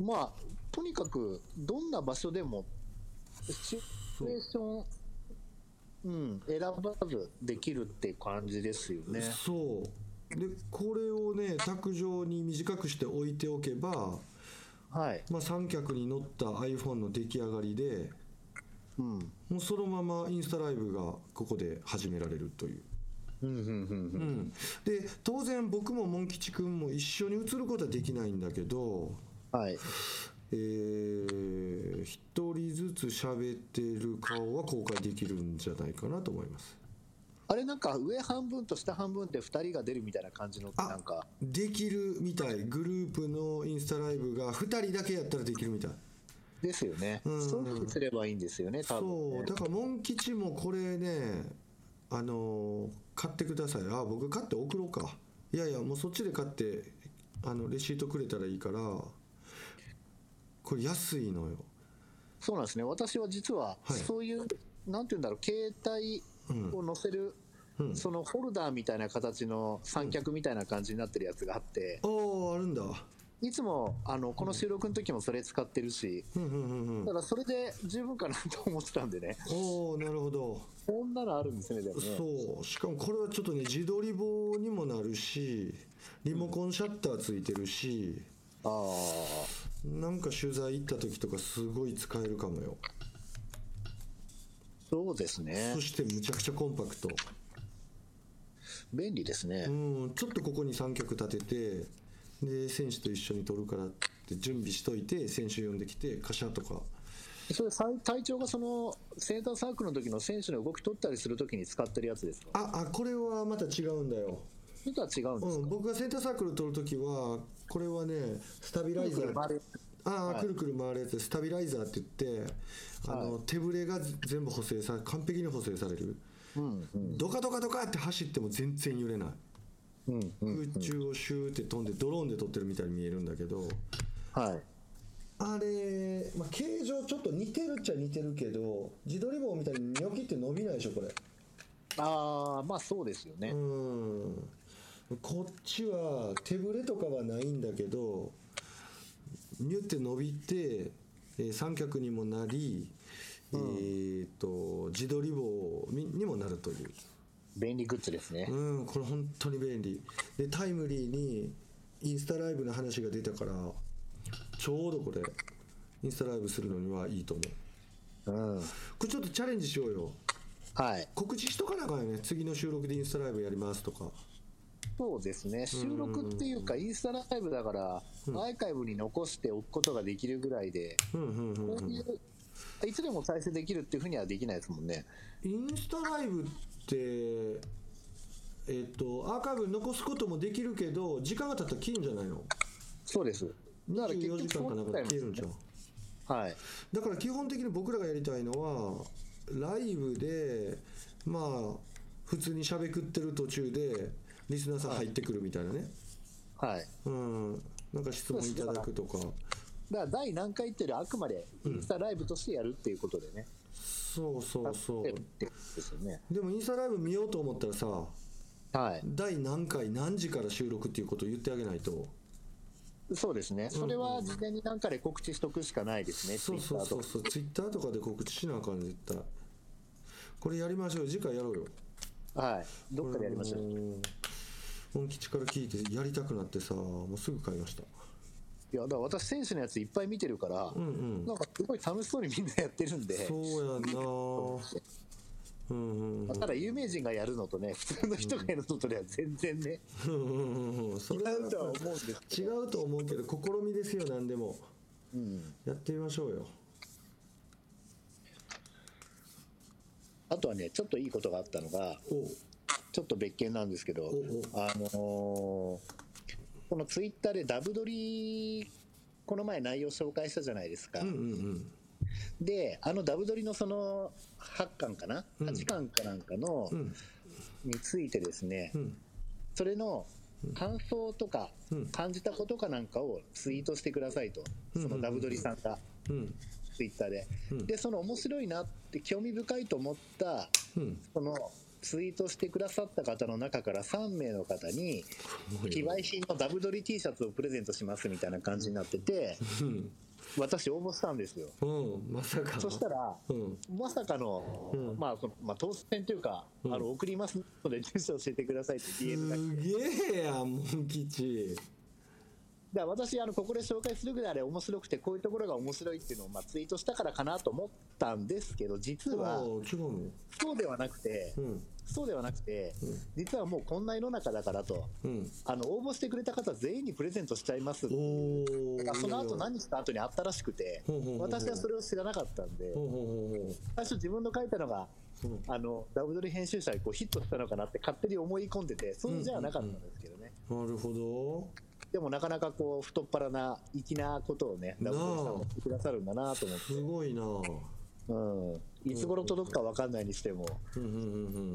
[SPEAKER 3] まあ、とにかく、どんな場所でも、シチュエーション、うん、選ばずできるって感じですよね。
[SPEAKER 2] そうでこれをね卓上に短くして置いておけば、
[SPEAKER 3] はい。
[SPEAKER 2] まあ、三脚に乗った iPhone の出来上がりで
[SPEAKER 3] うん。
[SPEAKER 2] もうそのままインスタライブがここで始められるという
[SPEAKER 3] うん、うん、うん。
[SPEAKER 2] うん、で当然僕もモン吉君も一緒に映ることはできないんだけど、
[SPEAKER 3] はい。
[SPEAKER 2] えー、1人ずつ喋ってる顔は公開できるんじゃないかなと思います
[SPEAKER 3] あれなんか上半分と下半分って2人が出るみたいな感じの
[SPEAKER 2] あ
[SPEAKER 3] なんか
[SPEAKER 2] できるみたいグループのインスタライブが2人だけやったらできるみたい
[SPEAKER 3] ですよね、
[SPEAKER 2] うん
[SPEAKER 3] そういうふうにすればいいんですよね多分
[SPEAKER 2] そう
[SPEAKER 3] ね
[SPEAKER 2] だからモン吉もこれねあのー買ってくださいあ僕買って送ろうかいやいやもうそっちで買ってあのレシートくれたらいいからこれ安いのよ
[SPEAKER 3] そうなんですね私は実は
[SPEAKER 2] はい
[SPEAKER 3] そういう、なんて言うんだろう携帯を載せる、
[SPEAKER 2] うん
[SPEAKER 3] そのホルダーみたいな形の三脚みたいな感じになってるやつがあって、
[SPEAKER 2] あああるんだ
[SPEAKER 3] いつも、あの、この収録の時もそれ使ってるし、
[SPEAKER 2] うんうんうんう
[SPEAKER 3] だ
[SPEAKER 2] ん
[SPEAKER 3] からそれで十分かなと思ってたんでね。
[SPEAKER 2] おおなるほど
[SPEAKER 3] こんなのあるんですね、でもね。
[SPEAKER 2] そうしかもこれはちょっとね自撮り棒にもなるしリモコンシャッターついてるし
[SPEAKER 3] あ
[SPEAKER 2] なんか取材行った時とかすごい使えるかもよ
[SPEAKER 3] あ、そうですね
[SPEAKER 2] そ。してむちゃくちゃコンパクト
[SPEAKER 3] 便利ですね
[SPEAKER 2] う。んちょっとここに三脚立ててで選手と一緒に撮るからって準備しといて選手呼んできてカシャとか
[SPEAKER 3] それ、さい隊長がその、センターサークルの時の選手の動き取ったりする時に使ってるやつですか
[SPEAKER 2] ああこれはまた違うんだよ
[SPEAKER 3] それとは違うんです
[SPEAKER 2] う
[SPEAKER 3] か
[SPEAKER 2] ん、僕がセンターサークル取るときは、これはね、スタビライザー、
[SPEAKER 3] バレ
[SPEAKER 2] ああ、
[SPEAKER 3] はい
[SPEAKER 2] くるくる回るやつ、スタビライザーって言って、あの手ぶれが全部補正さ、完璧に補正される、
[SPEAKER 3] うん、
[SPEAKER 2] ドカドカドカって走っても全然揺れない、
[SPEAKER 3] うん、うん。
[SPEAKER 2] 空中をシューって飛んで、ドローンで撮ってるみたいに見えるんだけど、
[SPEAKER 3] はい。
[SPEAKER 2] あれ、まあ、形状、ちょっと似てるっちゃ似てるけど、自撮り棒みたいにニョキって伸びないでしょ、これ。
[SPEAKER 3] ああ、まあそうですよね。
[SPEAKER 2] うんこっちは手ぶれとかはないんだけどニュって伸びて、えー三脚にもなり、えーと自撮り棒ににもなるという、
[SPEAKER 3] 便利グッズですね。
[SPEAKER 2] うん、これ本当に便利でタイムリーにインスタライブの話が出たからちょうどこれインスタライブするのにはいいと思う
[SPEAKER 3] うん。
[SPEAKER 2] これちょっとチャレンジしようよ
[SPEAKER 3] はい。
[SPEAKER 2] 告知しとかなあかんよね次の収録でインスタライブやりますとか
[SPEAKER 3] そうですね。収録っていうか、インスタライブだから、アーカイブに残しておくことができるぐらいで、
[SPEAKER 2] うんうんうん
[SPEAKER 3] こういう、いつでも再生できるっていうふうにはできないですもんね。
[SPEAKER 2] インスタライブって、えっと、アーカイブに残すこともできるけど、時間が経ったら消えんじゃないの
[SPEAKER 3] そうです。だから結
[SPEAKER 2] ?24 時
[SPEAKER 3] 局
[SPEAKER 2] 間かなんかで消えるんじゃん。
[SPEAKER 3] はい。
[SPEAKER 2] だから基本的に僕らがやりたいのは、ライブで、まあ、普通にしゃべくってる途中で、リスナーさん入ってくるみたいなね。
[SPEAKER 3] はい。
[SPEAKER 2] うん。なんか質問いただくとか。
[SPEAKER 3] だから第何回っていうよりあくまでインスタライブとしてやるっていうことでね。
[SPEAKER 2] そうそうそう
[SPEAKER 3] やっ。てるんですよね。
[SPEAKER 2] でもインスタライブ見ようと思ったらさ、
[SPEAKER 3] はい。
[SPEAKER 2] 第何回何時から収録っていうことを言ってあげないと。
[SPEAKER 3] そうですね。それは事前に何かで告知しとくしかないですね。
[SPEAKER 2] そうそうそう
[SPEAKER 3] Twitter
[SPEAKER 2] そうツイッターとかで告知しなあかん絶対これやりましょうよ次回やろうよ
[SPEAKER 3] とかはい。どっかでやりましょう。
[SPEAKER 2] うん本吉から聞いてやりたくなってさもうすぐ買いました
[SPEAKER 3] いや、だから私、選手のやついっぱい見てるから、
[SPEAKER 2] うんうん
[SPEAKER 3] なんかすごい楽しそうにみんなやってるんで、
[SPEAKER 2] そうやんなうんうん
[SPEAKER 3] ただ有名人がやるのとね、普通の人がやるのとでは全然ね、
[SPEAKER 2] うんうんうんそ
[SPEAKER 3] 違
[SPEAKER 2] れは
[SPEAKER 3] うとは思うんですけ
[SPEAKER 2] 違
[SPEAKER 3] ど、
[SPEAKER 2] うと思うけど試みですよ何でも
[SPEAKER 3] うん
[SPEAKER 2] やってみましょうよ
[SPEAKER 3] あとはね、ちょっといいことがあったのが、
[SPEAKER 2] お
[SPEAKER 3] ちょっと別件なんですけど、
[SPEAKER 2] お
[SPEAKER 3] あのーこのツイッターでダブドリ、この前内容紹介したじゃないですか。
[SPEAKER 2] うんうん
[SPEAKER 3] で、あのダブドリのその8巻かな、
[SPEAKER 2] うん
[SPEAKER 3] 8巻かなんかの、
[SPEAKER 2] うんうん
[SPEAKER 3] についてですね、
[SPEAKER 2] うん
[SPEAKER 3] それの感想とか
[SPEAKER 2] うん
[SPEAKER 3] 感じたことかなんかをツイートしてくださいと、
[SPEAKER 2] うん
[SPEAKER 3] そのダブドリさんが
[SPEAKER 2] うん
[SPEAKER 3] ツイッターで、
[SPEAKER 2] うん
[SPEAKER 3] でその面白いなって興味深いと思った
[SPEAKER 2] うん
[SPEAKER 3] そのツイートしてくださった方の中から3名の方に非売品のダブドリ T シャツをプレゼントしますみたいな感じになってて
[SPEAKER 2] うん
[SPEAKER 3] 私応募したんですよ
[SPEAKER 2] うんまさか
[SPEAKER 3] そしたら
[SPEAKER 2] うん
[SPEAKER 3] まさかの,、
[SPEAKER 2] うん
[SPEAKER 3] まあそのまあ、当選というか、
[SPEAKER 2] うん
[SPEAKER 3] あの送りますので [LAUGHS] 住所教えてくださいって DM が来て
[SPEAKER 2] すげえやんモン吉
[SPEAKER 3] だから私あのここで紹介するぐらいあれ面白くてこういうところが面白いっていうのをまあツイートしたからかなと思ったんですけど実
[SPEAKER 2] ああ
[SPEAKER 3] は
[SPEAKER 2] 違うの
[SPEAKER 3] そうではなくて
[SPEAKER 2] うん
[SPEAKER 3] そうではなくて
[SPEAKER 2] ん
[SPEAKER 3] 実はもうこんな世の中だからと
[SPEAKER 2] うん
[SPEAKER 3] あの応募してくれた方全員にプレゼントしちゃいます
[SPEAKER 2] おお
[SPEAKER 3] だからその後何した後にあったらしくて
[SPEAKER 2] ほうほうほうほう
[SPEAKER 3] 私はそれを知らなかったんで
[SPEAKER 2] ほうほうほうほ
[SPEAKER 3] 最初自分の書いたのが
[SPEAKER 2] ううん
[SPEAKER 3] あのダブドリ編集者にこうヒットしたのかなって勝手に思い込んでてそうじゃなかったんですけどね
[SPEAKER 2] なるほど
[SPEAKER 3] でもなかなかこう太っ腹な粋なことをね
[SPEAKER 2] な
[SPEAKER 3] ダ
[SPEAKER 2] あ
[SPEAKER 3] ブドリさんもしてくださるんだなと思って。
[SPEAKER 2] すごいな
[SPEAKER 3] うん、いつ頃届くか分かんないにしても、
[SPEAKER 2] うんうんうんう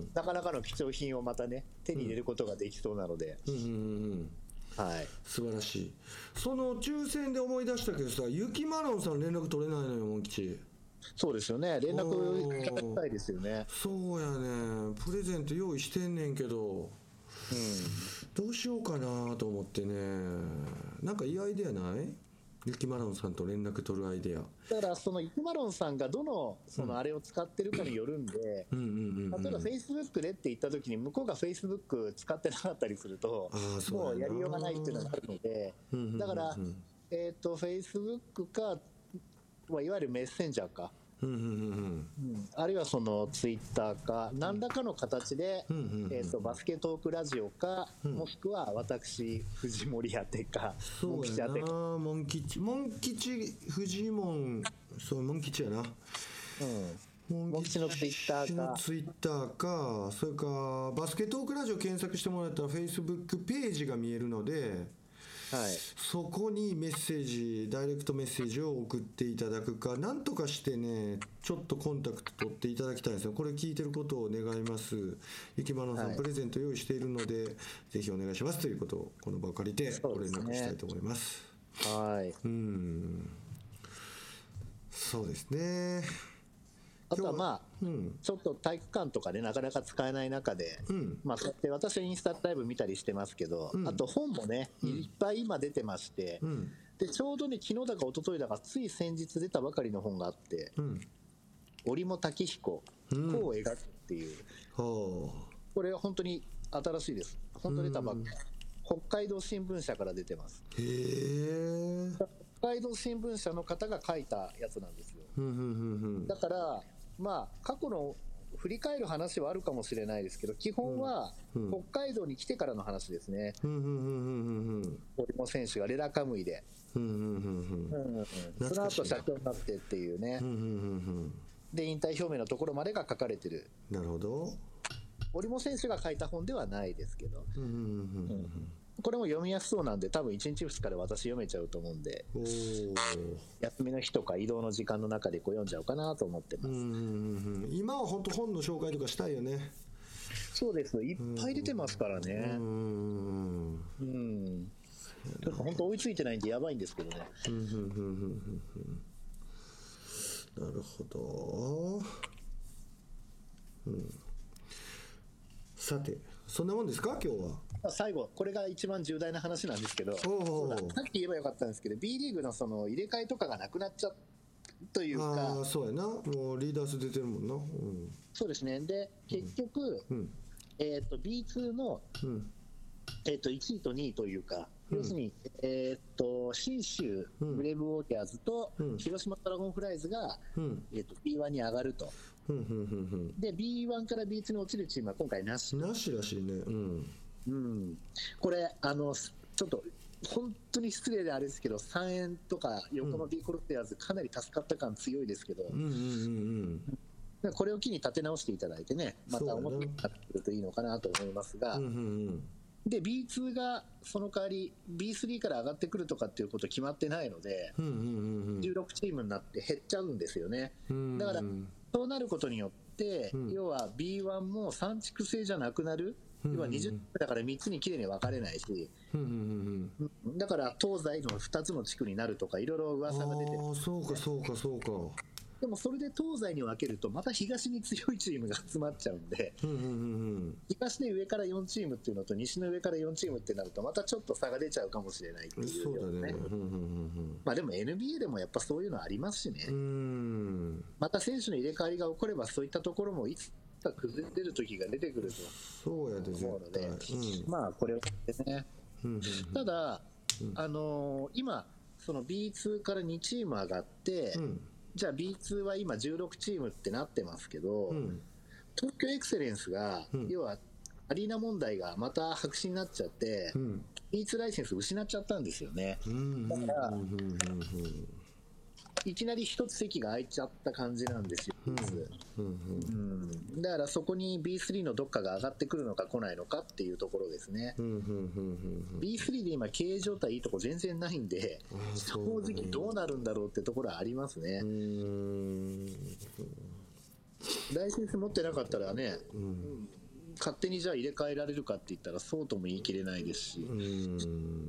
[SPEAKER 2] ん
[SPEAKER 3] なかなかの貴重品をまたね、手に入れることができそうなので、
[SPEAKER 2] うんうんうんうん
[SPEAKER 3] はい。
[SPEAKER 2] 素晴らしいその抽選で思い出したけどさゆきマロンさん連絡取れないのよモン吉
[SPEAKER 3] そうですよね、連絡いただきたいですよね。
[SPEAKER 2] そうやねプレゼント用意してんねんけどどうしようかなと思ってねなんかいいアイデアないユキマロンさんと連絡取るアイデア
[SPEAKER 3] だから、そのイクマロンさんがどの、そのあれを使ってるかによるんで、
[SPEAKER 2] うんうんうん、うん、
[SPEAKER 3] 例えば Facebook でって言った時に、向こうが Facebook 使ってなかったりすると
[SPEAKER 2] あ、ーそう
[SPEAKER 3] も
[SPEAKER 2] だ
[SPEAKER 3] う
[SPEAKER 2] な
[SPEAKER 3] やりようがないっていうのがあるので、
[SPEAKER 2] うんうんうんうん
[SPEAKER 3] だから、えっ、と、Facebook か、まあ、いわゆるメッセンジャーか、
[SPEAKER 2] うんうんうん
[SPEAKER 3] あるいはその Twitter か、何らかの形で、
[SPEAKER 2] うんうんうん
[SPEAKER 3] えー、とバスケトークラジオか、もしくは私、藤森宛てか、
[SPEAKER 2] そ
[SPEAKER 3] モン
[SPEAKER 2] う
[SPEAKER 3] 吉
[SPEAKER 2] や
[SPEAKER 3] 宛てか。
[SPEAKER 2] なモン吉モン吉フジモンそうモン吉やな
[SPEAKER 3] うん
[SPEAKER 2] モ
[SPEAKER 3] モン吉の Twitter か
[SPEAKER 2] の Twitter かそれかバスケットークラジオ検索してもらったら Facebook ページが見えるので
[SPEAKER 3] はい
[SPEAKER 2] そこにメッセージダイレクトメッセージを送っていただくかなんとかしてねちょっとコンタクト取っていただきたいんですよこれ聞いてることを願いますゆきまろさん、
[SPEAKER 3] はい
[SPEAKER 2] プレゼント用意しているのでぜひお願いしますということをこの場を借りて
[SPEAKER 3] そ
[SPEAKER 2] ご
[SPEAKER 3] うで
[SPEAKER 2] 連
[SPEAKER 3] す
[SPEAKER 2] 絡
[SPEAKER 3] ね
[SPEAKER 2] したいと思います
[SPEAKER 3] はい。
[SPEAKER 2] うんそうですね
[SPEAKER 3] あとはまあ、
[SPEAKER 2] うん
[SPEAKER 3] ちょっと体育館とかでなかなか使えない中で、
[SPEAKER 2] うん
[SPEAKER 3] まあ、そうやって私はインスタライブ見たりしてますけど、
[SPEAKER 2] うん
[SPEAKER 3] あと本もね、いっぱい今出てまして、
[SPEAKER 2] うん
[SPEAKER 3] でちょうどね、昨日だか一昨日だか、つい先日出たばかりの本があって、
[SPEAKER 2] うん
[SPEAKER 3] 折茂武彦、こ
[SPEAKER 2] うん
[SPEAKER 3] を描くっていう、
[SPEAKER 2] はあ
[SPEAKER 3] これは本当に新しいです。本当に出たばっか北海道新聞社から出てます。
[SPEAKER 2] へえ
[SPEAKER 3] 北海道新聞社の方が書いたやつなんですよ。
[SPEAKER 2] うんうんうん
[SPEAKER 3] だから、まあ、過去の振り返る話はあるかもしれないですけど、基本は
[SPEAKER 2] うんうん
[SPEAKER 3] 北海道に来てからの話ですね、
[SPEAKER 2] うんうんうんうんうんうん
[SPEAKER 3] 俺も選手がレラカムイで、
[SPEAKER 2] うんうんうんうん
[SPEAKER 3] そ
[SPEAKER 2] 懐か
[SPEAKER 3] の
[SPEAKER 2] しい
[SPEAKER 3] 後
[SPEAKER 2] な
[SPEAKER 3] 社長になってっていうね、
[SPEAKER 2] うんうんうん
[SPEAKER 3] で引退表明のところまでが書かれてる、
[SPEAKER 2] うんなるほど
[SPEAKER 3] 折茂選手が書いた本ではないですけど、
[SPEAKER 2] うんうんうんうん
[SPEAKER 3] これも読みやすそうなんで、多分1日2日で私読めちゃうと思うんで、
[SPEAKER 2] おー
[SPEAKER 3] 休みの日とか移動の時間の中でこう読んじゃおうかなと思って
[SPEAKER 2] う
[SPEAKER 3] ま
[SPEAKER 2] ん
[SPEAKER 3] す。
[SPEAKER 2] うんうんうん今は本当本の紹介とかしたいよね。
[SPEAKER 3] そうです、いっぱい出てますから
[SPEAKER 2] うん
[SPEAKER 3] ね
[SPEAKER 2] う。ん
[SPEAKER 3] うん。なんか本当追いついてないんでやばいんですけどね。
[SPEAKER 2] うんうんうんうんうんうんうんなるほど。うんさてそんなもんですか今日は。
[SPEAKER 3] まあ最後、これが一番重大な話なんですけど、さ
[SPEAKER 2] おうおう
[SPEAKER 3] っき言えばよかったんですけど、B リーグのその入れ替えとかがなくなっちゃうという
[SPEAKER 2] ああー
[SPEAKER 3] か、
[SPEAKER 2] そうやなもうリーダース出てるもんな。うん
[SPEAKER 3] そうですね、で結局、
[SPEAKER 2] うん
[SPEAKER 3] えーと B2 の、
[SPEAKER 2] うん
[SPEAKER 3] えーと1位と2位というか、要するに、えーと信州
[SPEAKER 2] うん
[SPEAKER 3] ブレイブウォーキャーズと
[SPEAKER 2] うん
[SPEAKER 3] 広島ドラゴンフライズが、
[SPEAKER 2] うん
[SPEAKER 3] えーと B1 に上がると、
[SPEAKER 2] うんうんうん
[SPEAKER 3] で B1 から B2 に落ちるチームは今回なし
[SPEAKER 2] う、んなしらしいね。うん
[SPEAKER 3] うん、これあの、ちょっと本当に失礼であれですけど、3円とか横浜 B コルテアーズ、かなり助かった感強いですけど、
[SPEAKER 2] うんうんうん
[SPEAKER 3] これを機に立て直していただいてね、ま
[SPEAKER 2] そ
[SPEAKER 3] た
[SPEAKER 2] うだね
[SPEAKER 3] 面白くなってくるといいのかなと思いますが、
[SPEAKER 2] うんうんうん
[SPEAKER 3] で B2 がその代わり、B3 から上がってくるとかっていうこと決まってないので、
[SPEAKER 2] うんうんうん
[SPEAKER 3] 16チームになって減っちゃうんですよね。
[SPEAKER 2] うん
[SPEAKER 3] だから
[SPEAKER 2] うん
[SPEAKER 3] そうなることによって、
[SPEAKER 2] うん
[SPEAKER 3] 要は B1 も3地区制じゃなくなる、
[SPEAKER 2] うん
[SPEAKER 3] 要は20だから3つにきれいに分かれないし。
[SPEAKER 2] うんうんうん
[SPEAKER 3] だから東西の2つの地区になるとかいろいろ噂が出てる
[SPEAKER 2] ああそうかそうかそうか
[SPEAKER 3] でもそれで東西に分けるとまた東に強いチームが集まっちゃうんで [LAUGHS]
[SPEAKER 2] うんうんうん
[SPEAKER 3] 東で上から4チームっていうのと西の上から4チームってなるとまたちょっと差が出ちゃうかもしれないって
[SPEAKER 2] うん
[SPEAKER 3] いう
[SPEAKER 2] そう
[SPEAKER 3] よ
[SPEAKER 2] だ
[SPEAKER 3] うな
[SPEAKER 2] ねうんうん
[SPEAKER 3] まあでも NBA でもやっぱそういうのありますしね、
[SPEAKER 2] うんうんうん
[SPEAKER 3] また選手の入れ替わりが起こればそういったところもいつか崩れる時が出てくると
[SPEAKER 2] そうやで絶
[SPEAKER 3] 思うの
[SPEAKER 2] 対
[SPEAKER 3] で、まあこれをね
[SPEAKER 2] うんうん
[SPEAKER 3] ただ、あのー今その B2 から2チーム上がって、
[SPEAKER 2] うん
[SPEAKER 3] じゃあ B2 は今16チームってなってますけど、
[SPEAKER 2] うん
[SPEAKER 3] 東京エクセレンスが、
[SPEAKER 2] うん
[SPEAKER 3] 要はアリーナ問題がまた白紙になっちゃって、
[SPEAKER 2] うん
[SPEAKER 3] B2 ライセンス失っちゃったんですよね。
[SPEAKER 2] うんうんうんうんうん
[SPEAKER 3] だからいきなり一つ席が空いちゃった感じなんですよ、B2
[SPEAKER 2] うん
[SPEAKER 3] うんだからそこに B3 のどっかが上がってくるのか来ないのかっていうところですね。
[SPEAKER 2] うんうんうん
[SPEAKER 3] B3 で今経営状態いいとこ全然ないんで、
[SPEAKER 2] ああ
[SPEAKER 3] 正
[SPEAKER 2] そうだね
[SPEAKER 3] 直どうなるんだろうってところはありますね
[SPEAKER 2] う。ん
[SPEAKER 3] ライセンス持ってなかったらね、勝手にじゃあ入れ替えられるかって言ったらそうとも言い切れないですし、
[SPEAKER 2] うん
[SPEAKER 3] う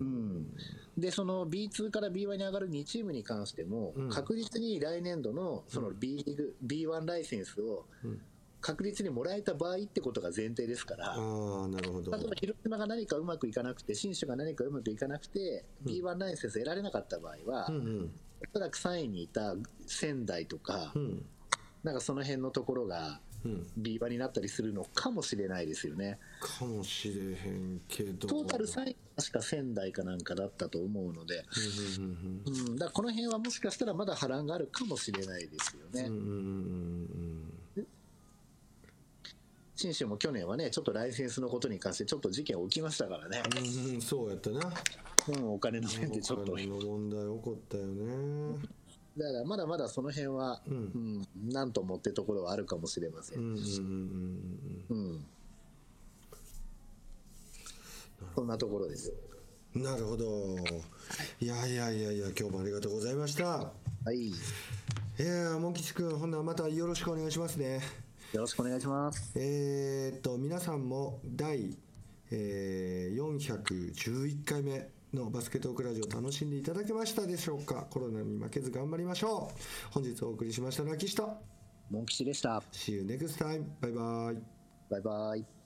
[SPEAKER 3] んでその B2 から B1 に上がる2チームに関しても、
[SPEAKER 2] うん
[SPEAKER 3] 確実に来年度のその B リーグ、B1 ライセンスを確率にもらえた場合ってことが前提ですから、
[SPEAKER 2] ああなるほど
[SPEAKER 3] 例えば広島が何かうまくいかなくて、新州が何かうまくいかなくて、B1 ライセンス得られなかった場合は、
[SPEAKER 2] うん
[SPEAKER 3] おそらく3位にいた仙台とか、
[SPEAKER 2] うんうん
[SPEAKER 3] なんかその辺のところが
[SPEAKER 2] うん、
[SPEAKER 3] B1 になったりするのかもしれないですよね。
[SPEAKER 2] かもしれへんけど
[SPEAKER 3] トータル3位確か仙台かなんかだったと思うので、
[SPEAKER 2] うんうんうん
[SPEAKER 3] うん、だからこの辺はもしかしたらまだ波乱があるかもしれないですよ
[SPEAKER 2] うんうん
[SPEAKER 3] ね。信州も去年はね、ちょっとライセンスのことに関してちょっと事件起きましたからね。
[SPEAKER 2] うんうんうんそうやったな
[SPEAKER 3] うん、お金の面でち
[SPEAKER 2] お
[SPEAKER 3] ょっと。
[SPEAKER 2] 金の問題起こったよね
[SPEAKER 3] だからまだまだその辺は、
[SPEAKER 2] う
[SPEAKER 3] うんん、なんともってところはあるかもしれませ
[SPEAKER 2] うんうんう
[SPEAKER 3] ん。
[SPEAKER 2] んうん
[SPEAKER 3] うん。そんなところです。
[SPEAKER 2] うんなるほどいやいやいやいや今日もありがとうございました
[SPEAKER 3] はい。よ
[SPEAKER 2] いやーモン吉君ほんならまたよろしくお願いしますね
[SPEAKER 3] ろしくお願いします。
[SPEAKER 2] えーっと皆さんも第、えー411回目のバスケットオークラジオ楽しんでいただけましたでしょうかコロナに負けず頑張りましょう本日お送りしましたのは岸と
[SPEAKER 3] モン吉でした。
[SPEAKER 2] See you next time バイバイ
[SPEAKER 3] バイバイ。